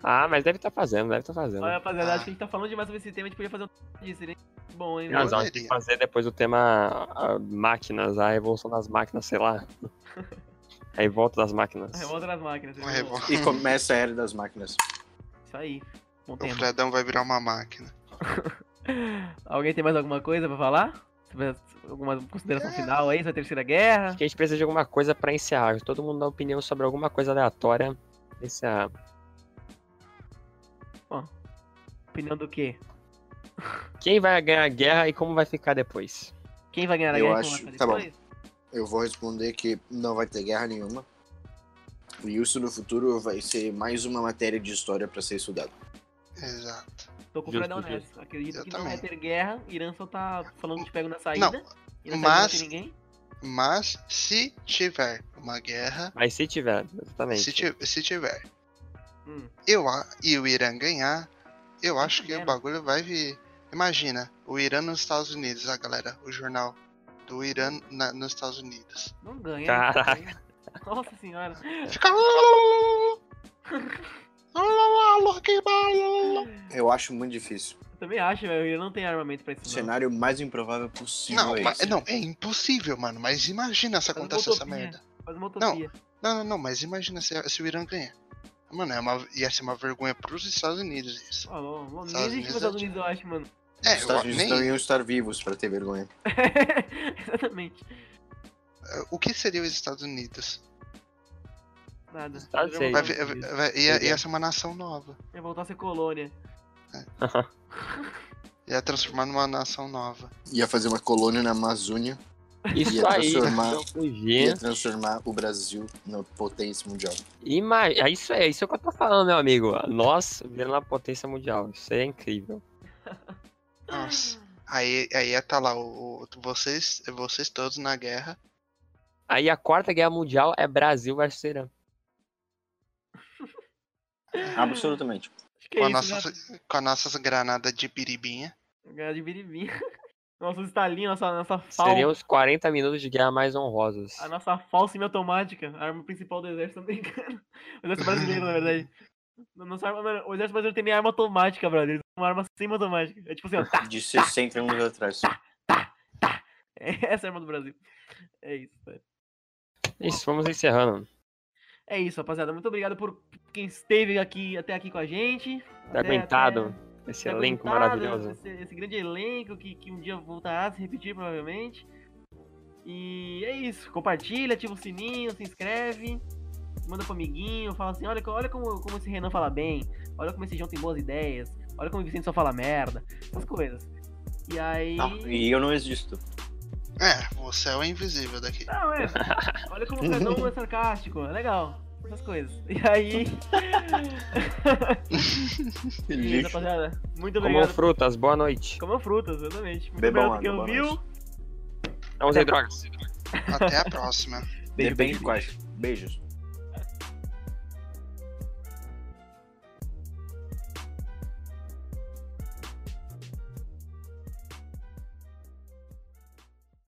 [SPEAKER 2] Ah, mas deve estar fazendo, deve estar fazendo.
[SPEAKER 1] Olha, rapaziada,
[SPEAKER 3] Ah.
[SPEAKER 1] acho que a gente tá falando demais sobre esse tema, a gente podia fazer um disso, seria bom, hein?
[SPEAKER 2] Tem razão, a gente
[SPEAKER 3] poderia.
[SPEAKER 2] tem que fazer depois o tema ah, máquinas, a revolução das máquinas, sei lá. A revolta das máquinas.
[SPEAKER 1] A revolta das máquinas.
[SPEAKER 3] Um
[SPEAKER 1] seria bom.
[SPEAKER 3] revólver.
[SPEAKER 4] E começa a era das máquinas.
[SPEAKER 1] Isso aí. Bom
[SPEAKER 3] O
[SPEAKER 1] tema.
[SPEAKER 3] Fredão vai virar uma máquina.
[SPEAKER 1] Alguém tem mais alguma coisa pra falar? Sobre as- Alguma consideração final aí sobre a terceira guerra?
[SPEAKER 2] Acho que a gente precisa de alguma coisa pra encerrar. Todo mundo dá opinião sobre alguma coisa aleatória. Encerrar.
[SPEAKER 1] Opinião do quê?
[SPEAKER 2] Quem vai ganhar a guerra e como vai ficar depois?
[SPEAKER 1] Quem vai ganhar a
[SPEAKER 5] Eu
[SPEAKER 1] guerra?
[SPEAKER 5] acho-
[SPEAKER 1] Quem vai
[SPEAKER 5] tá bom.
[SPEAKER 1] depois?
[SPEAKER 5] Eu vou responder que não vai ter guerra nenhuma. E isso no futuro vai ser mais uma matéria de história pra ser estudada.
[SPEAKER 3] Exato.
[SPEAKER 1] Tô com o
[SPEAKER 2] Justo,
[SPEAKER 1] Fredão
[SPEAKER 2] justo.
[SPEAKER 1] nessa. Acredito
[SPEAKER 3] Eu
[SPEAKER 1] que não
[SPEAKER 3] também.
[SPEAKER 1] vai ter guerra. Irã só tá falando que pega na saída.
[SPEAKER 3] Não,
[SPEAKER 1] e na saída
[SPEAKER 3] mas-
[SPEAKER 1] Não tem ninguém.
[SPEAKER 3] Mas se tiver uma guerra,
[SPEAKER 2] Mas se tiver, exatamente.
[SPEAKER 3] se, ti- se tiver,
[SPEAKER 1] Hum.
[SPEAKER 3] eu a- e o Irã ganhar, eu acho que
[SPEAKER 1] ganhar, né?
[SPEAKER 3] o bagulho vai vir. Imagina, o Irã nos Estados Unidos, a galera, o jornal do Irã na- nos Estados Unidos.
[SPEAKER 1] Não ganha.
[SPEAKER 2] Caraca.
[SPEAKER 1] não ganha. Nossa senhora.
[SPEAKER 3] Fica.
[SPEAKER 5] Eu acho muito difícil.
[SPEAKER 1] Eu também acho, velho. Ele não tem armamento pra
[SPEAKER 5] O
[SPEAKER 1] isso. Não.
[SPEAKER 5] cenário mais improvável possível
[SPEAKER 3] Não,
[SPEAKER 5] é
[SPEAKER 3] mas,
[SPEAKER 5] esse.
[SPEAKER 3] não, é impossível, mano. Mas imagina se
[SPEAKER 1] Mas
[SPEAKER 3] acontece
[SPEAKER 1] uma
[SPEAKER 3] essa
[SPEAKER 1] utopia.
[SPEAKER 3] merda.
[SPEAKER 1] Faz uma utopia.
[SPEAKER 3] Não, não, não, mas imagina se, se o Irã ganhar. Mano, é uma, ia ser uma vergonha pros Estados Unidos isso.
[SPEAKER 1] Ó, não, não, nem
[SPEAKER 3] Estados
[SPEAKER 1] existe nos
[SPEAKER 3] Unidos
[SPEAKER 1] Estados
[SPEAKER 3] é-
[SPEAKER 1] Unidos, eu acho, mano.
[SPEAKER 3] É,
[SPEAKER 5] Os Estados
[SPEAKER 3] eu,
[SPEAKER 5] Unidos
[SPEAKER 3] nem,
[SPEAKER 5] não iam estar vivos pra ter vergonha.
[SPEAKER 1] Exatamente.
[SPEAKER 3] o que seria os Estados Unidos?
[SPEAKER 1] Nada.
[SPEAKER 2] Estados
[SPEAKER 1] Vai
[SPEAKER 3] Vai,
[SPEAKER 2] Unidos.
[SPEAKER 1] voltar
[SPEAKER 3] vir-
[SPEAKER 1] a ser-
[SPEAKER 3] vai- vai- ia,
[SPEAKER 2] Seria.
[SPEAKER 3] ia ser uma nação nova.
[SPEAKER 1] Vai voltar a ser colônia.
[SPEAKER 3] Ia é transformar numa nação nova.
[SPEAKER 5] Ia fazer uma colônia na Amazônia
[SPEAKER 2] Isso
[SPEAKER 5] Ia
[SPEAKER 2] aí,
[SPEAKER 5] transformar-
[SPEAKER 2] não
[SPEAKER 5] e
[SPEAKER 2] fugir.
[SPEAKER 5] ia transformar o Brasil na potência mundial.
[SPEAKER 2] Ima... é Isso é isso é o que eu tô falando, meu amigo. Nós virando a potência mundial. Isso aí é incrível.
[SPEAKER 3] Nossa.
[SPEAKER 1] Ah.
[SPEAKER 3] Aí, aí ia tá lá, o, o- vocês, vocês todos na guerra.
[SPEAKER 2] Aí a quarta guerra mundial é Brasil versus Irã.
[SPEAKER 4] Absolutamente.
[SPEAKER 1] Acho que
[SPEAKER 3] Com,
[SPEAKER 1] é
[SPEAKER 3] a
[SPEAKER 1] isso, né?
[SPEAKER 3] nossa, com as nossas granadas de piribinha.
[SPEAKER 1] Ganhar de biribinha. Nosso estalinho, nossa, nossa falsa.
[SPEAKER 2] Seriam os 40 minutos de guerra mais honrosos.
[SPEAKER 1] A nossa falsa semiautomática, a arma principal do exército americano. O exército brasileiro, na verdade. A Nossa arma, mano, o exército brasileiro tem nem arma automática, brother. Eles têm uma arma semiautomática. É tipo assim, ó, tá,
[SPEAKER 4] De 60 anos atrás.
[SPEAKER 3] Tá.
[SPEAKER 1] é essa é a arma do Brasil. É isso. velho.
[SPEAKER 2] Isso, vamos encerrando.
[SPEAKER 1] É isso, rapaziada. Muito obrigado por quem esteve aqui até aqui com a gente. Até-
[SPEAKER 2] Tá aguentado
[SPEAKER 1] até-
[SPEAKER 2] esse
[SPEAKER 1] ter
[SPEAKER 2] elenco
[SPEAKER 1] aguentado
[SPEAKER 2] maravilhoso.
[SPEAKER 1] Esse, esse grande elenco que, que um dia voltará a se repetir, provavelmente. E é isso. Compartilha, ativa o sininho, se inscreve. Manda pro amiguinho, fala assim, olha, co- olha como, como esse Renan fala bem, olha como esse João tem boas ideias, olha como o Vicente só fala merda, essas coisas. E aí.
[SPEAKER 4] Não, e eu não existo.
[SPEAKER 3] É, você é o invisível daqui.
[SPEAKER 1] Não, é. Olha como o Fredão é sarcástico, é legal. Essas coisas. E aí. Beleza, rapaziada. Muito
[SPEAKER 2] Comam
[SPEAKER 1] obrigado.
[SPEAKER 2] frutas, boa noite.
[SPEAKER 1] Comam frutas, exatamente. Muito
[SPEAKER 4] Bebam
[SPEAKER 1] obrigado quem
[SPEAKER 4] água, boa
[SPEAKER 1] ouviu.
[SPEAKER 2] Não usem drogas.
[SPEAKER 3] Até a próxima.
[SPEAKER 1] Beijo,
[SPEAKER 4] Depende
[SPEAKER 1] beijo.
[SPEAKER 4] de quais. Beijos.